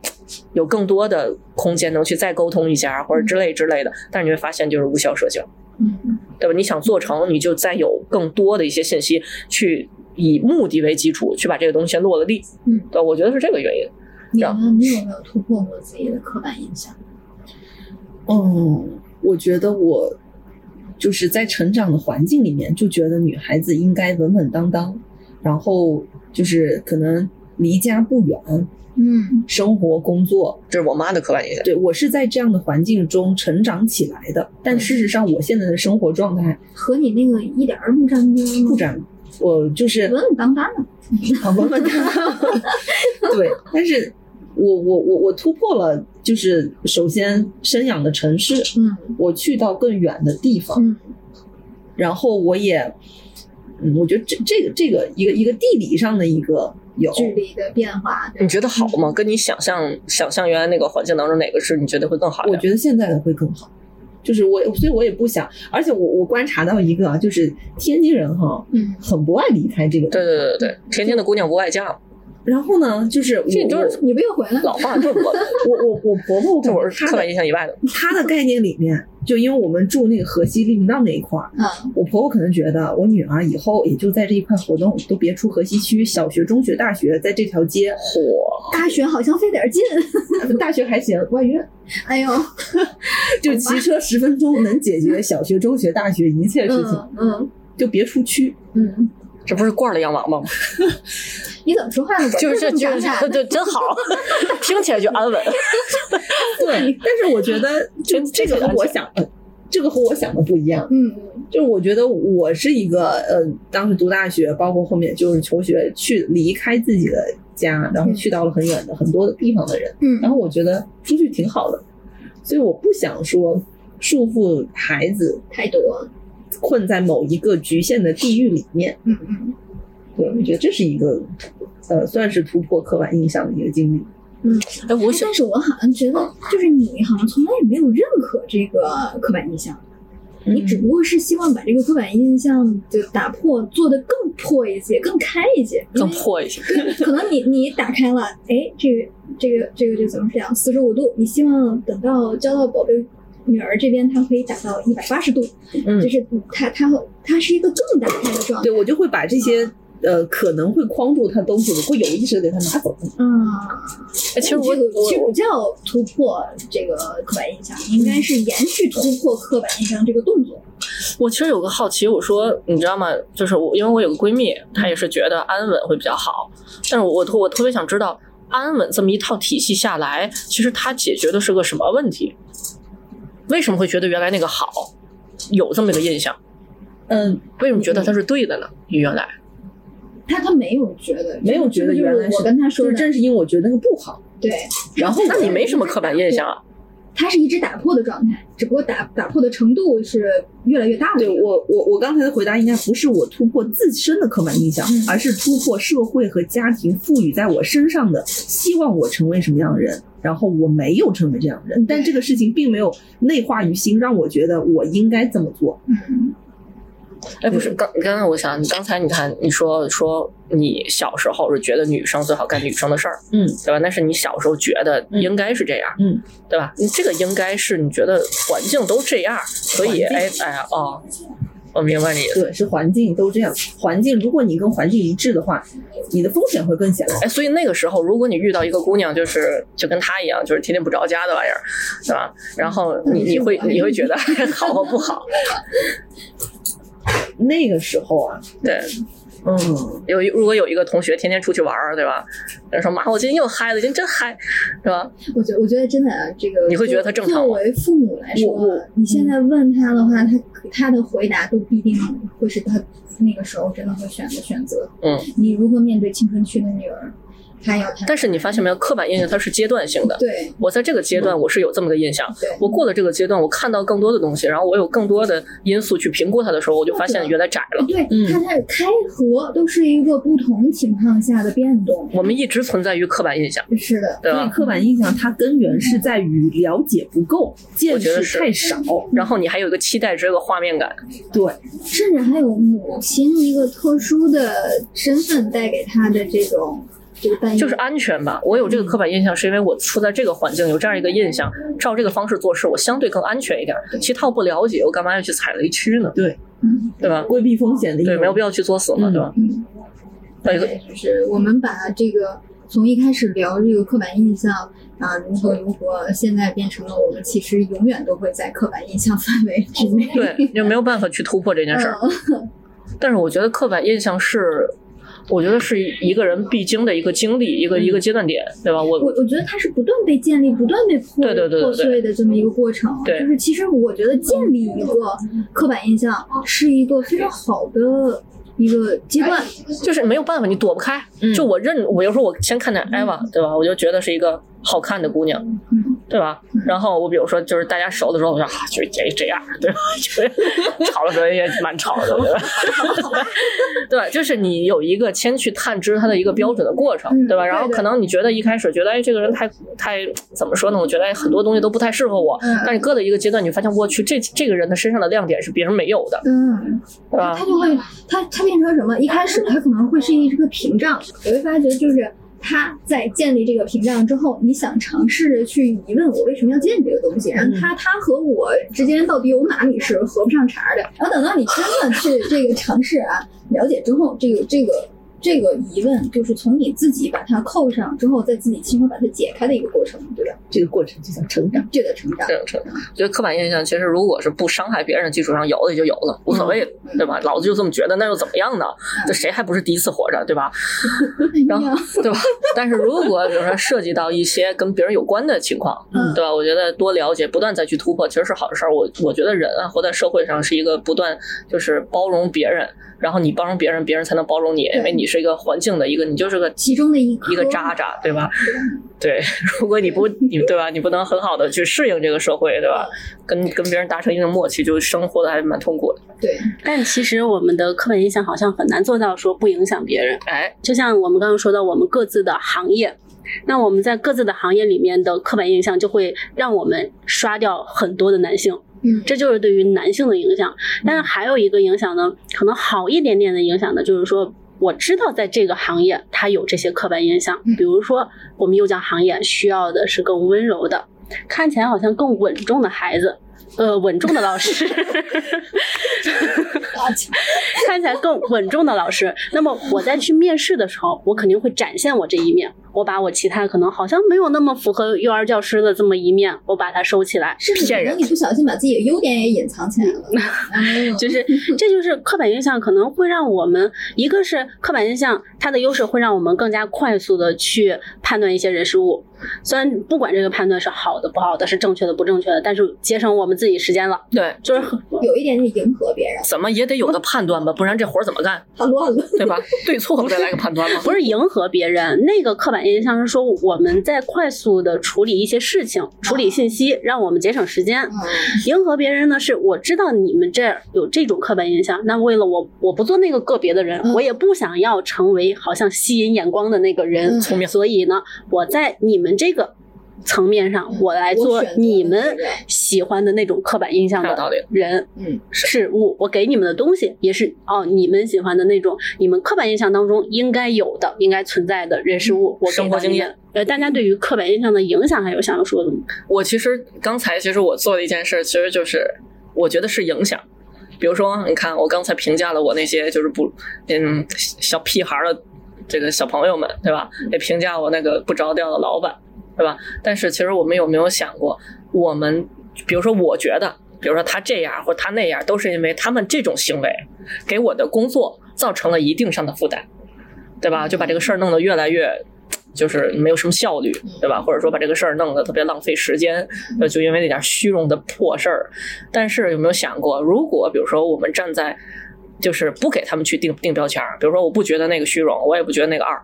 B: 有更多的空间能去再沟通一下，啊
D: 嗯
B: 或者之类之类的。但是你会发现就是无效社交，
C: 嗯
B: 对吧？你想做成，你就再有更多的一些信息去以目的为基础去把这个东西先落了地。
C: 嗯，
B: 对，我觉得是这个原因。
E: 你
B: 然
E: 呢？你有没有突破过自己的刻板印象？
D: 哦，我觉得我就是在成长的环境里面，就觉得女孩子应该稳稳当当，然后就是可能离家不远，
C: 嗯
D: 生活工作，
B: 这是我妈的刻板印象。
D: 对我是在这样的环境中成长起来的。但事实上，我现在的生活状态
C: 和你那个一点儿不沾边吗？
D: 不沾，我就是
E: 稳稳当当的，
B: 哦
D: 啊，稳稳当。 对，但是我我我我突破了，就是首先生养的城市，
C: 嗯
D: 我去到更远的地方，
C: 嗯
D: 然后我也，嗯，我觉得这这个这个一个一个地理上的一个有，
C: 距离的变化，对
B: 你觉得好吗？
D: 嗯
B: 跟你想象想象原来那个环境当中哪个是你觉得会更好一
D: 我
B: 点？
D: 觉得现在的会更好。就是我，所以我也不想，而且我我观察到一个啊，就是天津人哈，
C: 嗯
D: 很不爱离开这个。
B: 对对对对
D: 嗯
B: 对，天津的姑娘不爱家嘛，
D: 然后呢，就是我
B: 这就是
C: 你不又回来了？
B: 老话就是 我们。
D: 我我我婆 婆，我
B: 这
D: 感
B: 我
D: 觉
B: 是
D: 她
B: 刻板
D: 的
B: 印象以外的。
D: 她的概念里面，就因为我们住那个河西利民道那一块儿，
C: 嗯
D: 我婆婆可能觉得我女儿以后也就在这一块活动，都别出河西区，小学、中学、大学在这条街，
B: 嚯，
C: 大学好像费点劲，
D: 大学还行，外院
C: 哎呦，
D: 就骑车十分钟能解决小学、中学、大学一切事情，
C: 嗯嗯
D: 就别出区。
C: 嗯，
B: 这不是罐儿的羊毛吗？
C: 你怎么说话呢？我
B: 就是
C: 这
B: 这，
C: 么
B: 就
C: 感
B: 是
C: 慨
B: 这， 这真好，听起来就安稳。
D: 对，但是我觉得 就这个和我想的，这个和我想的不一样。
C: 嗯嗯
D: 就是我觉得我是一个，呃，当时读大学，包括后面就是求学，去离开自己的家，然后去到了很远的很多的地方的人。
C: 嗯，
D: 然后我觉得出去挺好的，所以我不想说束缚孩子
C: 太多，
D: 困在某一个局限的地域里面。
C: 嗯嗯
D: 对，我觉得这是一个，呃，算是突破刻板印象的一个经历。
C: 嗯。
B: 哎，我
C: 哎
B: 想
C: 但是我好像觉得，就是你好像从来也没有认可这个刻板印象，
B: 嗯
C: 你只不过是希望把这个刻板印象就打破，做得更破一些，更开一些，因
B: 更
C: 为
B: 破一些，
C: 可能你你打开了，哎，这个这个这个这个怎么讲？四十五度，你希望等到交到宝贝女儿这边，她可以打到一百八十度，
B: 嗯
C: 就是她她她是一个更打开的状态，
D: 对我就会把这些。呃，可能会框住他东西，我会有意识的给他拿走。
C: 嗯。
B: 哎其实我
C: 这个其实
B: 我
C: 不叫突破这个刻板印象，应该是延续突破刻板印象这个动作。
B: 我其实有个好奇，我说你知道吗？就是我因为我有个闺蜜，她也是觉得安稳会比较好，但是我特我特别想知道。安稳这么一套体系下来，其实它解决的是个什么问题？为什么会觉得原来那个好，有这么一个印象？
D: 嗯，
B: 为什么觉得它是对的呢？原来
C: 他他没有觉得，
D: 没有觉得
C: 就是
D: 原来
C: 我跟他说
D: 就是
C: 的，
D: 正是因为我觉得那个不好，
C: 对，
D: 然后
B: 那你没什么刻板印象啊？
C: 他是一直打破的状态，只不过打打破的程度是越来越大了。
D: 对我我我刚才的回答应该不是我突破自身的刻板印象，
C: 嗯
D: 而是突破社会和家庭赋予在我身上的希望我成为什么样的人，然后我没有成为这样的人，但这个事情并没有内化于心，让我觉得我应该这么做。
C: 嗯，
B: 哎，不是，刚刚才我想，你刚才你谈你说说你小时候是觉得女生最好干女生的事儿，
D: 嗯，
B: 对吧？那是你小时候觉得应该是这样，
D: 嗯，
B: 对吧？你这个应该是你觉得环境都这样，所以哎
D: 环
B: 哎哦，我明白你的意思。
D: 对，是环境都这样。环境，如果你跟环境一致的话，你的风险会更小。
B: 哎，所以那个时候，如果你遇到一个姑娘，就是就跟她一样，就是天天不着家的玩意儿，对吧？然后你你会你会觉得 好和不好，
D: 那个时候啊，
B: 对。
D: 嗯，
B: 有一如果有一个同学天天出去玩儿，对吧？他说妈，我今天又嗨了，今天真嗨，是吧？
C: 我觉我觉得真的啊，这个
B: 你会觉得他正常吗
C: 作为父母来说啊
B: 我我，
C: 你
D: 嗯
C: 现在问他的话，他他的回答都必定会是他那个时候真的会选的选择。
B: 嗯，
C: 你如何面对青春期的女儿？她要谈
B: 但是你发现没有，刻板印象它是阶段性的。
C: 对
B: 我在这个阶段，我是有这么个印象
C: 对。
B: 我过了这个阶段，我看到更多的东西，然后我有更多的因素去评估它的时候，我就发现原来窄了。
C: 对
D: 嗯，
C: 它的开合都是一个不同情况下的变动。
B: 我们一直存在于刻板印象，
C: 是的，
B: 对
D: 所以
B: 吧？
D: 刻板印象它根源是在于了解不够，见
B: 觉得
D: 识
B: 是
D: 太少。
B: 然后你还有一个期待值，有个画面感。
D: 对，
C: 甚至还有母亲一个特殊的身份带给他的这种这个担忧，
B: 就是安全吧。我有这个刻板印象，是因为我处在这个环境，有这样一个印象，照这个方式做事，我相对更安全一点。其他我不了解，我干嘛要去踩雷区呢？
D: 对，
B: 对吧？
D: 规避风险的一
B: 对，
D: 种
B: 没有必要去作死嘛，
D: 嗯
B: 对吧？哎
C: 嗯
B: 对
C: 对，就是我们把这个从一开始聊这个刻板印象啊，如何如何，现在变成了我们其实永远都会在刻板印象范围之内。
B: 对，就 没有办法去突破这件事儿。
C: 嗯
B: 但是我觉得刻板印象是，我觉得是一个人必经的一个经历，一个一个阶段点，对吧？
C: 我
B: 我
C: 我觉得它是不断被建立、不断被破
B: 对对对对对
C: 破碎的这么一个过程。
B: 对
C: 就是其实我觉得建立一个刻板印象是一个非常好的一个阶段。
B: 就是没有办法，你躲不开。
D: 嗯
B: 就我认，我有时候我先看见 Eva，对吧？我就觉得是一个好看的姑娘。
C: 嗯
B: 对吧？然后我比如说，就是大家熟的时候，我说啊，就是这这样，对吧？ 就是 吵了，时候也蛮吵的，对吧？ 对吧，就是你有一个先去探知他的一个标准的过程，
C: 嗯
B: 对吧？
C: 对
B: 然后
C: 对
B: 可能你觉得一开始觉得哎，这个人太太怎么说呢？我觉得哎，很多东西都不太适合我。
C: 嗯
B: 但你搁到一个阶段，你发现我去，这这个人的身上的亮点是别人没有的，
C: 嗯，
B: 对吧
C: 它？就会，它它变成什么？一开始它可能会是一个屏障，我会发觉就是它在建立这个屏障之后，你想尝试着去疑问我为什么要建这个东西，
B: 嗯
C: 然后它它和我之间到底有哪里是合不上茬儿的？然后等到你真的去这个尝试啊，了解之后，这个这个。这个疑问就是从你自己把它扣上之后，再自己亲手把它解开的一个过程，对吧？
D: 这个过程就叫成长。
C: 这个成长
B: 这，种程度，觉得刻板印象其实如果是不伤害别人的基础上，有的就有了，无所谓，对吧？老子就这么觉得，那又怎么样呢？这谁还不是第一次活着，对吧？然后对吧？ 但是如果比如说涉及到一些跟别人有关的情况，
C: 嗯
B: 对吧？我觉得多了解，不断再去突破，其实是好事儿。我我觉得人啊，活在社会上是一个不断就是包容别人，然后你包容别人，别人才能包容你，因为你是一个环境的一个，你就是个
C: 其中的一
B: 一个
C: 颗
B: 渣渣，对吧？ 对，如果你不你对吧，你不能很好的去适应这个社会，对吧？跟跟别人达成一定默契，就生活的还蛮痛苦的。
C: 对，
A: 但其实我们的刻板印象好像很难做到说不影响别人。
B: 哎，
A: 就像我们刚刚说的，我们各自的行业，那我们在各自的行业里面的刻板印象，就会让我们刷掉很多的男性，
C: 嗯，
A: 这就是对于男性的影响。但是还有一个影响呢，可能好一点点的影响呢，就是说。我知道在这个行业，它有这些刻板印象，比如说我们幼教行业需要的是更温柔的，看起来好像更稳重的孩子，呃，稳重的老师，看起来更稳重的老师。 那么我在去面试的时候，我肯定会展现我这一面，我把我其他可能好像没有那么符合幼儿教师的这么一面，我把它收起来。
C: 是不是可能你不小心把自己的优点也隐藏起来 了？哎呦，
A: 就是，这就是刻板印象可能会让我们，一个是刻板印象它的优势会让我们更加快速的去判断一些人事物，虽然不管这个判断是好的不好的，是正确的不正确的，但是节省我们自己时间了，
B: 对，
A: 就是很
C: 有一点点迎合别人，
B: 怎么也得有个判断吧，不然这活儿怎么干，
C: 他乱 了。
B: 对吧？对错不再来个判断吗？
A: 不是迎合别人，那个刻板印象是说我们在快速的处理一些事
C: 啊
A: 情、处理信息，让我们节省时间。
B: 嗯
A: 迎合别人呢，是我知道你们这儿有这种刻板印象，那为了我，我不做那个个别的人，
C: 嗯
A: 我也不想要成为好像吸引眼光的那个人，
C: 嗯
B: 聪明
A: 所以呢，我在你们这个。层面上，我来
C: 嗯我
A: 做
C: 选择
A: 你
C: 的
A: 们
C: 这个
A: 喜欢的那种刻板印象
B: 有道
A: 的
B: 理
A: 人、
C: 嗯，
A: 事物，我给你们的东西也是哦，你们喜欢的那种，你们刻板印象当中应该有的、应该存在的人事物，我给
B: 嗯生活
A: 到你
B: 经验
A: 们。呃，大家对于刻板印象的影响还有想要说的吗？
B: 我其实刚才其实我做的一件事，其实就是我觉得是影响。比如说，你看我刚才评价了我那些就是不嗯小屁孩儿的这个小朋友们，对吧？也评价我那个不着调的老板，对吧？但是其实我们有没有想过，我们比如说，我觉得，比如说他这样或者他那样，都是因为他们这种行为给我的工作造成了一定上的负担，对吧？就把这个事儿弄得越来越。就是没有什么效率，对吧？或者说把这个事儿弄得特别浪费时间，呃就因为那点虚荣的破事儿。但是有没有想过，如果比如说我们站在，就是不给他们去定定标签儿，比如说我不觉得那个虚荣，我也不觉得那个二，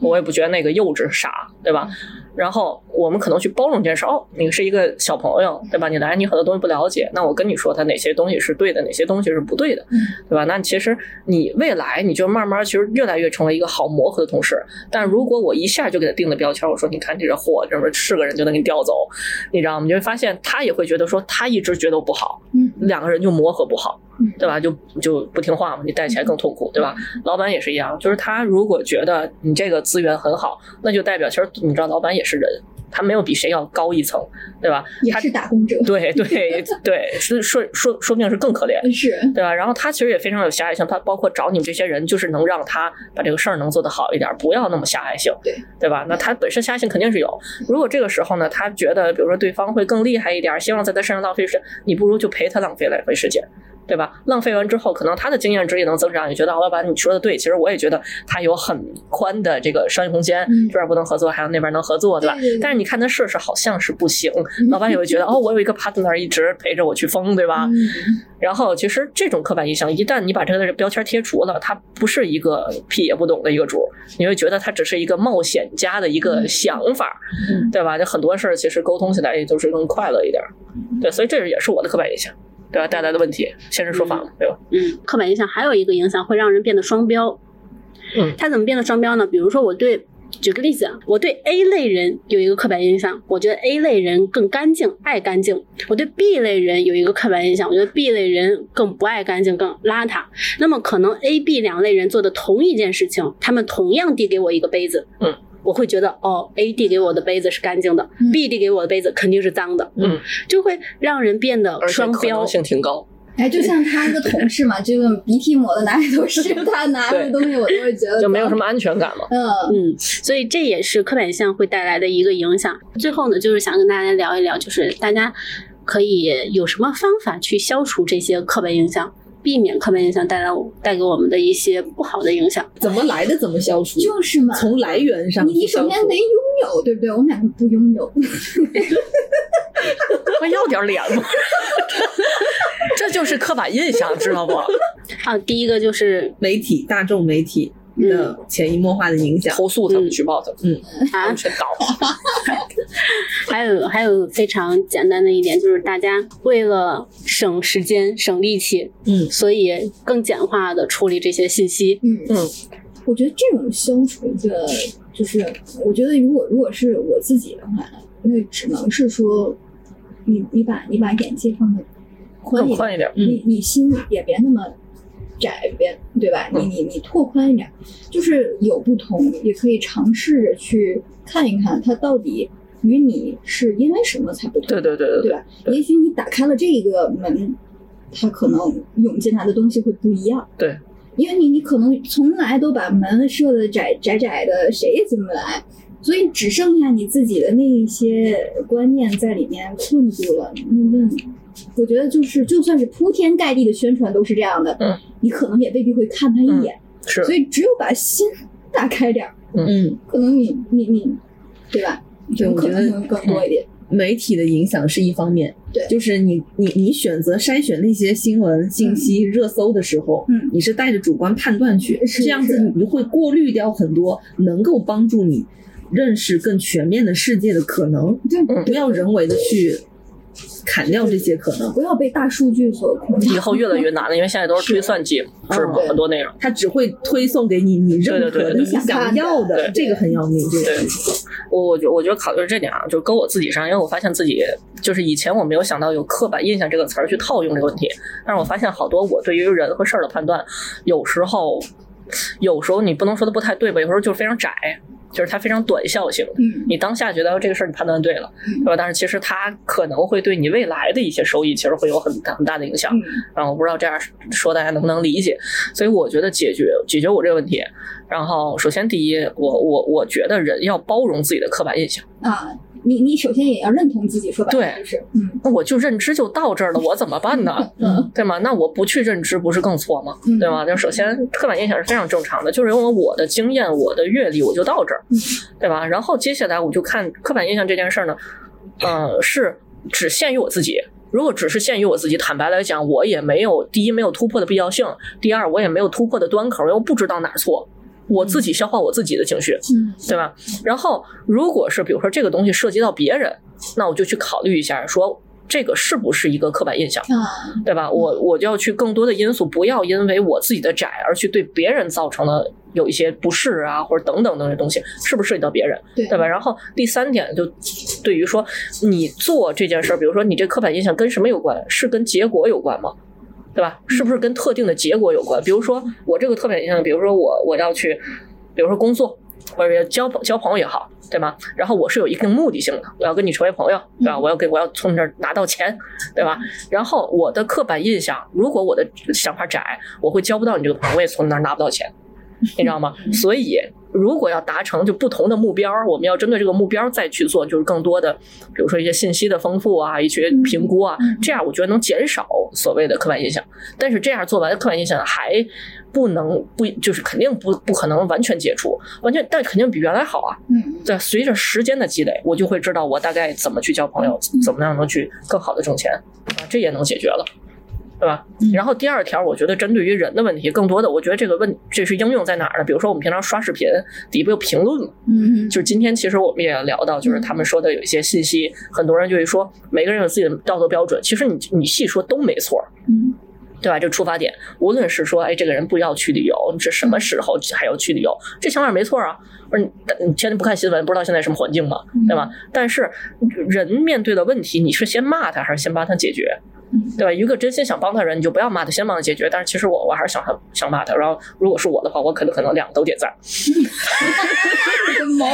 B: 我也不觉得那个幼稚傻，对吧？然后我们可能去包容这件事，哦，你是一个小朋友，对吧？你来，你很多东西不了解，那我跟你说，他哪些东西是对的，哪些东西是不对的，对吧？那其实你未来你就慢慢其实越来越成为一个好磨合的同事。但如果我一下就给他定了标签，我说你看这人货，这么是个人就能给你调走，你知道吗？你就会发现他也会觉得说他一直觉得我不好，
C: 嗯
B: 两个人就磨合不好
C: 嗯，
B: 对吧？就就不听话嘛，你带起来更痛苦，对吧？老板也是一样，就是他如果觉得你这个资源很好，那就代表其实你知道，老板也是人，他没有比谁要高一层，对吧？
F: 也
B: 他
F: 是打工者，
B: 对对对，是说说说不定是更可怜。
F: 是
B: 对吧？然后他其实也非常有狭隘性，他包括找你们这些人，就是能让他把这个事儿能做得好一点，不要那么狭隘性，
F: 对
B: 对吧？那他本身狭隘性肯定是有。如果这个时候呢，他觉得比如说对方会更厉害一点，希望在他身上浪费时间，你不如就陪他浪费浪费时间。对吧？浪费完之后，可能他的经验值也能增长，也觉得哦老板你说的对。其实我也觉得他有很宽的这个商业空间，
F: 嗯
B: 这边不能合作，还有那边能合作，对吧？
F: 对对对
B: 但是你看他试试，好像是不行。
C: 嗯
B: 老板也啊会觉得哦，我有一个 partner 一直陪着我去疯，对吧？
C: 嗯
B: 然后，其实这种刻板印象，一旦你把这个标签贴除了，他不是一个屁也不懂的一个主儿，你会觉得他只是一个冒险家的一个想法，
D: 嗯
B: 对吧？就很多事儿其实沟通起来也就是更快乐一点儿，对，所以这也是我的刻板印象，对吧？带来的问题，现身说法嘛，对吧？
A: 嗯，刻板印象还有一个影响会让人变得双标。
B: 嗯
A: 他怎么变得双标呢？比如说我对。举个例子啊，我对 A 类人有一个刻板印象，我觉得 A 类人更干净，爱干净；我对 B 类人有一个刻板印象，我觉得 B 类人更不爱干净，更邋遢。那么可能 A、B 两类人做的同一件事情，他们同样递给我一个杯子，
B: 嗯，
A: 我会觉得哦，A 递给我的杯子是干净的、
C: 嗯
A: b 递给我的杯子肯定是脏的，
B: 嗯，
A: 就会让人变得
B: 而且
A: 双
B: 可
A: 标
B: 能。性挺高，
C: 哎，就像他那个同事 嘛，这个鼻涕抹的哪里都是，他拿的东西我都会觉得
B: 就没有什么安全 感嘛。
C: 脏。嗯，
A: 嗯，所以这也是刻板印象会带来的一个影响。最后呢，就是想跟大家聊一聊，就是大家可以有什么方法去消除这些刻板印象，避免刻板印象带来我带给我们的一些不好的影响。
D: 怎么来的怎么消除，
C: 就是嘛，
D: 从来源上
C: 你你
D: 去消
C: 首
D: 除
C: 先得拥有，对不对？我们两个不拥有，
B: 我要点脸嘛， 这就是刻板印象，知道不？
A: 啊，第一个就是
D: 媒体大众媒体的
C: 嗯
D: 潜移默化的影响。
B: 投诉他们，举报他们，啊
A: 啊
B: 嗯安，全搞。
A: 还有还有非常简单的一点就是，大家为了省时间、省力气，
D: 嗯
A: 所以更简化的处理这些信息。
C: 嗯
B: 嗯，
C: 我觉得这种消除的，就是我觉得如果如果是我自己的话，那只能是说，你你把你把眼界放的宽嗯
B: 更
C: 一点，
B: 宽一点，
C: 你你心也别那么窄，别对吧？你你你拓宽一点，就是有不同，也可以尝试着去看一看它到底与你是因为什么才不同。
B: 对对对对
C: 对
B: 对，
C: 吧？也许你打开了这个门，它可能涌进来的东西会不一样。
B: 对，
C: 因为你你可能从来都把门设的窄窄窄的，谁也进不来，所以只剩下你自己的那一些观念在里面困住了。那那，我觉得就是就算是铺天盖地的宣传都是这样的，
B: 嗯
C: 你可能也未必会看他一眼。
B: 是
C: 所以只有把心打开点儿，
D: 嗯，
C: 可能你你你，对吧？
D: 对我
C: 可
D: 觉得
C: 能会更多一点。
D: 媒体的影响是一方面，
C: 对
D: 就是你你你选择筛选那些新闻信息热搜的时候，
C: 嗯
D: 你是带着主观判断去，
C: 是
D: 这样子
C: 是
D: 你就会过滤掉很多能够帮助你认识更全面的世界的可能，
C: 对
D: 不要人为的去砍掉这些可能，
C: 不要被大数据所控制。
B: 以后越来越难了，因为现在都是推算机，
D: 是
B: 是很多内容。
D: 它只会推送给你你认可的、
B: 对对对
D: 你
B: 对
D: 想要的，这个很要命。这个
B: 对，我我觉我觉得考虑是这点啊，就跟我自己上，因为我发现自己就是以前我没有想到有刻板印象这个词儿去套用这个问题，但是我发现好多我对于人和事儿的判断，有时候有时候你不能说的不太对吧，有时候就是非常窄，就是它非常短效性。
E: 嗯，
B: 你当下觉得这个事儿你判断对了，对吧？但是其实它可能会对你未来的一些收益，其实会有很大很大的影
C: 嗯
B: 响。然呃后我不知道这样说大家能不能理解，所以我觉得解决解决我这个问题，然后首先第一，我我我觉得人要包容自己的刻板印象，
E: 啊，你你首先也要认同自己说白了
B: 对
E: 就是，嗯
B: 那我就认知就到这儿了，我怎么办呢？
E: 嗯
B: 对吗？那我不去认知，不是更错吗？
E: 嗯
B: 对吗？就首先刻板印象是非常正常的，就是因为我的经验、我的阅历，我就到这儿，对吧？然后接下来我就看刻板印象这件事儿呢，呃，是只限于我自己。如果只是限于我自己，坦白来讲，我也没有第一没有突破的必要性，第二我也没有突破的端口，因为我不知道哪儿错，我自己消化我自己的情绪，
E: 嗯
B: 对吧？然后如果是比如说这个东西涉及到别人，那我就去考虑一下，说这个是不是一个刻板印象。
E: 啊，
B: 对吧？我我就要去更多的因素，不要因为我自己的窄而去对别人造成了有一些不适啊，或者等等等等东西，是不是涉及到别人，
E: 对
B: 对吧？然后第三点就对于说你做这件事儿，比如说你这刻板印象跟什么有关？是跟结果有关吗？对吧？是不是跟特定的结果有关？比如说我这个刻板印象，比如说我我要去，比如说工作，或者交朋交朋友也好，对吗？然后我是有一定目的性的，我要跟你成为朋友，对吧？我要给我要从你这儿拿到钱，对吧？然后我的刻板印象，如果我的想法窄，我会交不到你这个朋友，我也从你那儿拿不到钱，你知道吗？ 所以如果要达成就不同的目标，我们要针对这个目标再去做，就是更多的，比如说一些信息的丰富啊，一些评估啊，这样我觉得能减少所谓的刻板印象。但是这样做完刻板印象还不能不就是肯定不不可能完全解除，完全但肯定比原来好啊。
E: 嗯
B: 对，随着时间的积累，我就会知道我大概怎么去交朋友，怎么样能去更好的挣钱啊，这也能解决了。对吧？然后第二条，我觉得针对于人的问题，更多的，我觉得这个问这是应用在哪儿呢？比如说我们平常刷视频底部有评论嘛，
E: 嗯
B: 就是今天其实我们也聊到，就是他们说的有一些信息，很多人就会说每个人有自己的道德标准，其实你你细说都没错，
E: 嗯
B: 对吧？这出发点，无论是说，哎，这个人不要去旅游，你是什么时候还要去旅游？这想法没错啊。不是你，你现在不看新闻，不知道现在什么环境嘛，对吧？但是人面对的问题，你是先骂他还是先帮他解决？对吧？一个真心想帮他的人，你就不要骂他，先帮他解决。但是其实我我还是想他想骂他。然后如果是我的话，我可能可能两个都点赞，
E: 嗯，毛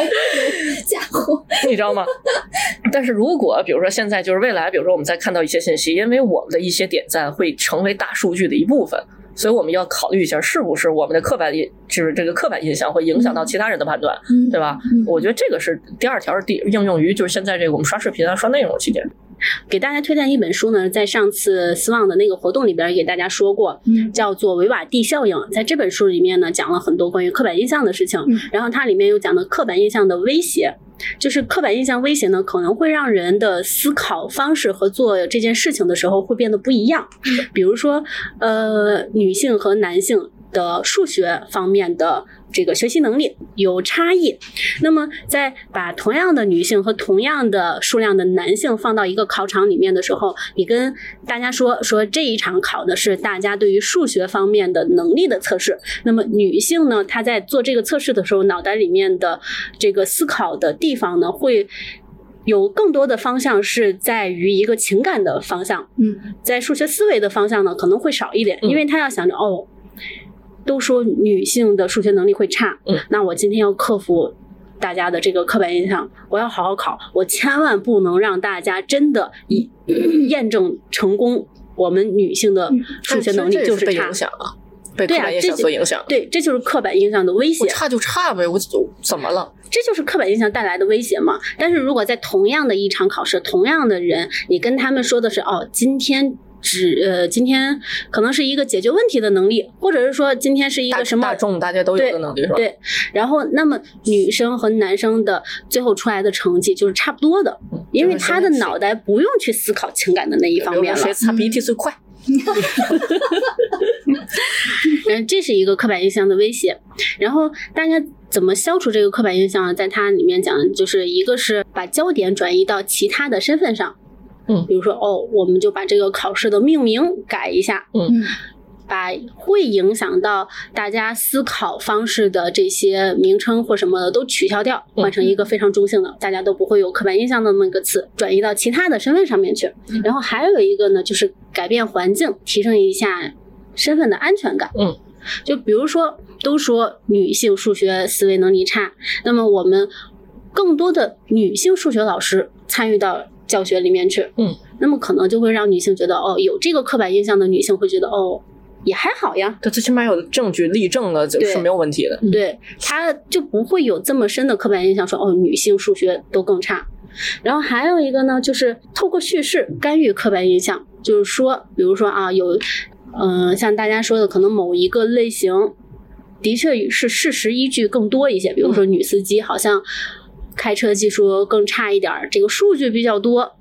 E: 家伙，
B: 你知道吗？ 但是如果比如说现在就是未来，比如说我们在看到一些信息，因为我们的一些点赞会成为大数据的一部分，所以我们要考虑一下，是不是我们的刻板印，就是这个刻板印象会影响到其他人的判断，
E: 嗯
B: 对吧？我觉得这个是第二条是第应用于就是现在这个我们刷视频啊、刷内容期间，
A: 给大家推荐一本书呢，在上次 Swan 的那个活动里边儿也给大家说过，
E: 嗯
A: 叫做《维瓦蒂效应》。在这本书里面呢，讲了很多关于刻板印象的事情，
E: 嗯
A: 然后它里面又讲了刻板印象的威胁。就是刻板印象威胁呢，可能会让人的思考方式和做这件事情的时候会变得不一样。
E: 嗯
A: 比如说，呃，女性和男性的数学方面的这个学习能力有差异。那么，在把同样的女性和同样的数量的男性放到一个考场里面的时候，你跟大家说说这一场考的是大家对于数学方面的能力的测试。那么女性呢，她在做这个测试的时候，脑袋里面的这个思考的地方呢，会有更多的方向是在于一个情感的方向。
E: 嗯
A: 在数学思维的方向呢，可能会少一点，
B: 嗯
A: 因为他要想着哦，都说女性的数学能力会差，
B: 嗯
A: 那我今天要克服大家的这个刻板印象，我要好好考，我千万不能让大家真的以验证成功我们女性的
B: 嗯
A: 数学能力就是
B: 被
A: 差
B: 影。响啊，被刻
A: 对啊
B: 板印象
A: 这就
B: 所影响。
A: 对，这就是刻板印象的威胁
B: 我。差就差呗，我我怎么了？
A: 这就是刻板印象带来的威胁嘛。但是如果在同样的一场考试，同样的人，你跟他们说的是哦，今天。只呃，今天可能是一个解决问题的能力，或者是说今天是一
B: 大
A: 个什么
B: 大众大家都有
A: 对
B: 的能力是吧？
A: 对，然后那么女生和男生的最后出来的成绩就是差不多的，
B: 嗯
A: 因为
B: 就是
A: 他的脑袋不用去思考情感的那一方
B: 比如
A: 面
B: 说
A: 了。
B: 谁擦鼻涕最快？
A: 嗯，这是一个刻板印象的威胁。然后大家怎么消除这个刻板印象呢？在它里面讲，就是一个是把焦点转移到其他的身份上。
B: 嗯
A: 比如说哦，我们就把这个考试的命名改一下，
B: 嗯
A: 把会影响到大家思考方式的这些名称或什么的都取消掉，
B: 嗯
A: 换成一个非常中性的，大家都不会有刻板印象的那么一个词，转移到其他的身份上面去。
B: 嗯
A: 然后还有一个呢，就是改变环境，提升一下身份的安全感。
B: 嗯，
A: 就比如说，都说女性数学思维能力差，那么我们更多的女性数学老师参与到教学里面去，
B: 嗯，
A: 那么可能就会让女性觉得，哦，有这个刻板印象的女性会觉得，哦，也还好呀，
B: 对，最起码有证据例证了，这
A: 对
B: 是没有问题的。
A: 对，她就不会有这么深的刻板印象说，哦，女性数学都更差。然后还有一个呢，就是透过叙事干预刻板印象，就是说，比如说啊，有，嗯、像大家说的，可能某一个类型的确是事实依据更多一些，比如说女司机好像开车技术更差一点儿，这个数据比较多。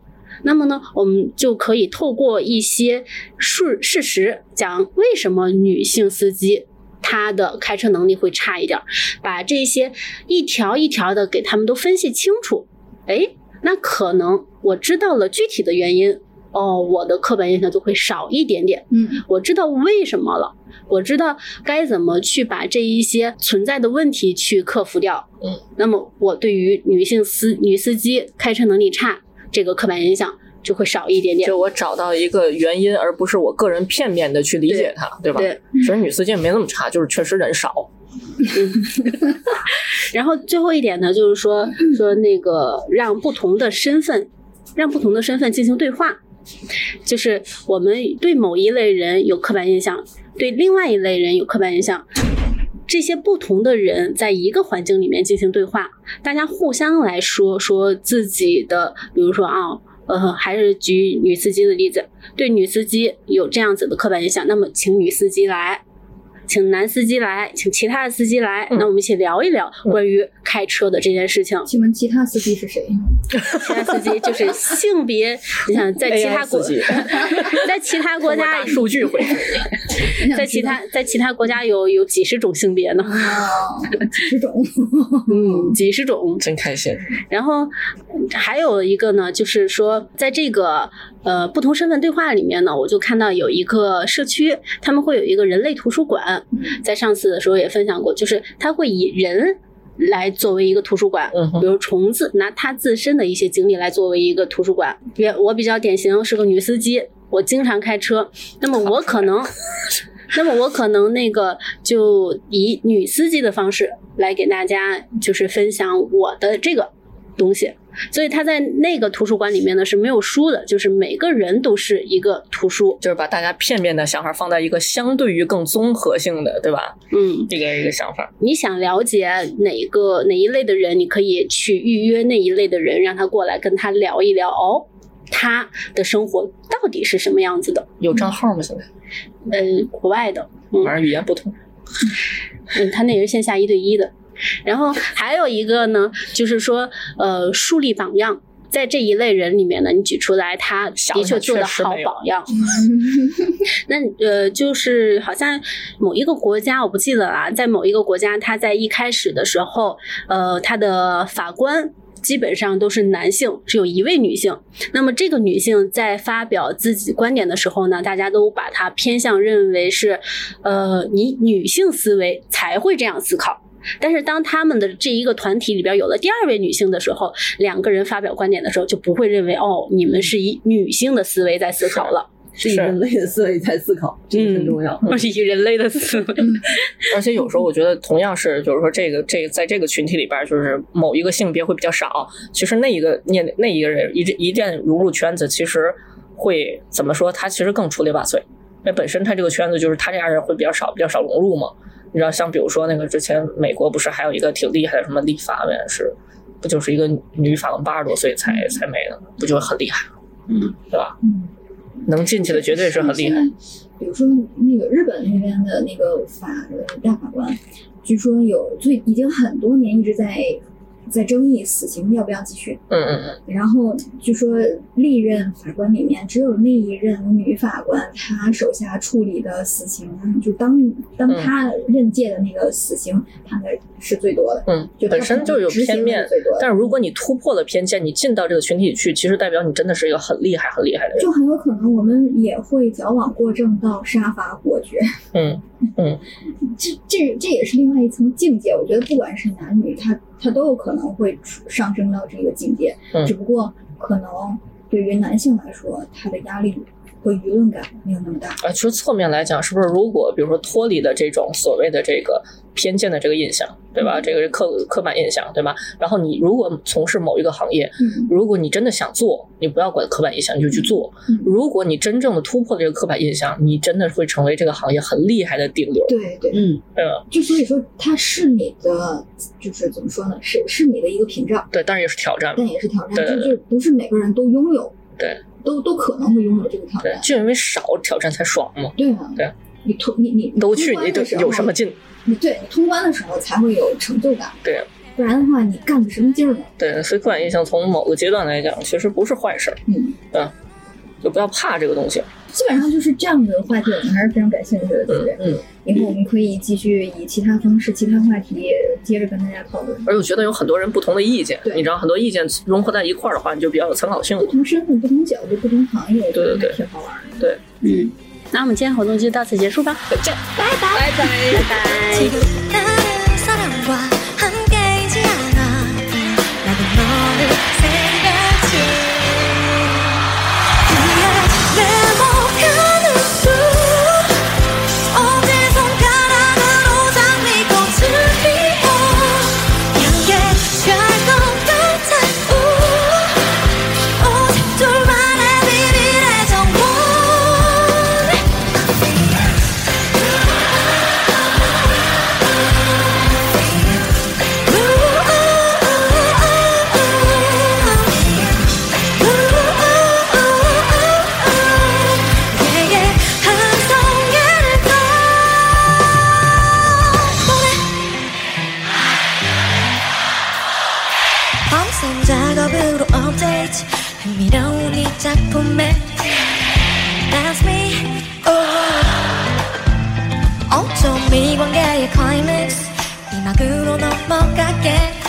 A: 那么呢，我们就可以透过一些事事实讲为什么女性司机她的开车能力会差一点儿，把这些一条一条的给他们都分析清楚。哎，那可能我知道了具体的原因，哦，我的刻板印象就会少一点点。
E: 嗯，
A: 我知道为什么了，我知道该怎么去把这一些存在的问题去克服掉。
B: 嗯，
A: 那么我对于女性司女司机开车能力差这个刻板印象就会少一点点。
B: 就我找到一个原因，而不是我个人片面的去理解它，对吧？
A: 对，
B: 其实女司机也没那么差，就是确实人少。
A: 然后最后一点呢，就是说说那个让不同的身份，让不同的身份进行对话，就是我们对某一类人有刻板印象，对另外一类人有刻板印象。这些不同的人在一个环境里面进行对话，大家互相来说说自己的，比如说啊，呃，还是举女司机的例子，对女司机有这样子的刻板印象，那么请女司机来，请男司机来，请其他的司机来，
B: 嗯
A: 那我们一起聊一聊
B: 嗯
A: 关于开车的这件事情。
E: 请问其他司机是谁？
A: 其他司机就是性别，你想在其他国
B: AI 司机，
A: 在其他国
B: 通
A: 家
B: 过大数据会
A: 在其他在其他国家有有几十种性别呢，
E: 啊，这种
A: 嗯，几十种。
B: 真开心。
A: 然后嗯还有一个呢，就是说在这个呃不同身份对话里面呢，我就看到有一个社区，他们会有一个人类图书馆，
B: 嗯
A: 在上次的时候也分享过，就是它会以人。来作为一个图书馆，
B: 嗯哼
A: 比如虫子拿它自身的一些经历来作为一个图书馆。比我比较典型是个女司机，我经常开车，那么我可能，那么我可能那个就以女司机的方式来给大家就是分享我的这个东西。所以他在那个图书馆里面呢是没有书的，就是每个人都是一个图书。
B: 就是把大家片面的想法放在一个相对于更综合性的，对吧？
A: 嗯，
B: 一个一个想法。
A: 你想了解哪个哪一类的人，你可以去预约那一类的人，让他过来跟他聊一聊哦，他的生活到底是什么样子的？
B: 有账号吗？现在
A: 呃，国外的，嗯
B: 反正语言不通。
A: 嗯，他那也是线下一对一的。然后还有一个呢，就是说呃，树立榜样。在这一类人里面呢，你举出来他
B: 想
A: 的
B: 一想
A: 确做的
B: 确实
A: 好
B: 没有
A: 榜样，那呃，就是好像某一个国家，我不记得了啊，在某一个国家，他在一开始的时候，呃，他的法官。基本上都是男性，只有一位女性。那么这个女性在发表自己观点的时候呢，大家都把她偏向认为是，呃，你女性思维才会这样思考。但是当他们的这一个团体里边有了第二位女性的时候，两个人发表观点的时候，就不会认为哦，你们是以女性的思维在思考了。
D: 是以人类的思维在思考，这
B: 嗯
D: 个很重要。
A: 我是以人类的思维。
B: 而且有时候我觉得，同样是就是说这个这个在这个群体里边儿，就是某一个性别会比较少。其实那一个那那一个人一一旦融入圈子，其实会怎么说？他其实更出类拔萃。那本身他这个圈子就是他这样人会比较少，比较少融入嘛。你知道，像比如说那个之前美国不是还有一个挺厉害的什么立法委员是，不就是一个女法官八十多岁才
C: 嗯
B: 才没的，不就很厉害？
A: 嗯，
B: 对吧？
E: 嗯，
B: 能进去的绝对是很厉害。。
E: 比如说那个日本那边的那个法大法官，据说有最已经很多年一直在
C: 在争议死刑要不要继续。
B: 嗯嗯
C: 然后据说历任法官里面，只有那一任女法官，她手下处理的死刑，就当当
B: 嗯
C: 她任届的那个死刑判的是最多的，
B: 嗯
C: 就
B: 嗯，
C: 她
B: 本身就有
C: 执行
B: 偏
C: 的是，
B: 见
C: 最多的。
B: 但是如果你突破了偏见，你进到这个群体去，其实代表你真的是一个很厉害、很厉害的人。
C: 就很有可能我们也会矫枉过正到杀伐果决，
B: 嗯
C: 这这这也是另外一层境界。我觉得不管是男女，他他都有可能会出上升到这个境界，
B: 嗯
C: 只不过可能对于男性来说，他的压力和舆论感没有那么大。
B: 啊，其实侧面来讲，是不是如果比如说脱离了这种所谓的这个偏见的这个印象，对吧？这个刻刻板印象，对吧？然后你如果从事某一个行业，
C: 嗯
B: 如果你真的想做，你不要管刻板印象，你就去做
C: 嗯。
B: 如果你真正的突破了这个刻板印象，你真的会成为这个行业很厉害的顶流，
C: 对对，
D: 嗯，
B: 对吧？
C: 就所以说，它是你的，就是怎么说呢？是是你的一个屏障，
B: 对，但是也是挑战嘛。
C: 但也是挑
B: 对
C: 战，
B: 对
C: 就
B: 对
C: 就不是每个人都拥有，
B: 对，
C: 都都可能会拥有这个挑
B: 对
C: 战，，
B: 就因为少挑战才爽嘛。
C: 对吗？
B: 对，
C: 你通你你你
B: 都去，
C: 通
B: 你
C: 关
B: 都
C: 的时候
B: 有什么劲？
C: 你对你通关的时候才会有成就感，
B: 对，
C: 不然的话你干个什么劲儿呢？
B: 对，所以刻板印象从某个阶段来讲，其实不是坏事儿，
C: 嗯，
B: 就不要怕这个东西。
C: 基本上就是这样的话题，我们还是非常感兴趣的，对不对？
B: 嗯，
C: 以后我们可以继续以其他方式、其他话题接着跟大家讨论。
B: 而且我觉得有很多人不同的意见，
C: 对
B: 你知道，很多意见融合在一块儿的话，你就比较有参考性了
C: 不。同身份、不同角度、不同行业，我觉得
B: 对对
C: 还
B: 对
C: 挺好玩儿的。
A: 嗯，那我们今天活动就到此结束吧，
B: 再见，拜拜，拜拜。
G: 다른 사람과 함께이지 않아 나도 너를 생각해 그냥 네모가는 수 어디선가 안으로 잠기고 슬피고 향해 별것 같아 우 오직 둘만의 비밀의 정원 내게 한성계를 떠보내 밤샘 작업으로 업데이트 흥미로운 이 작품에 That's me oh. 어쩜 이 관계의 클라이맥스 이 막으로 넘어가게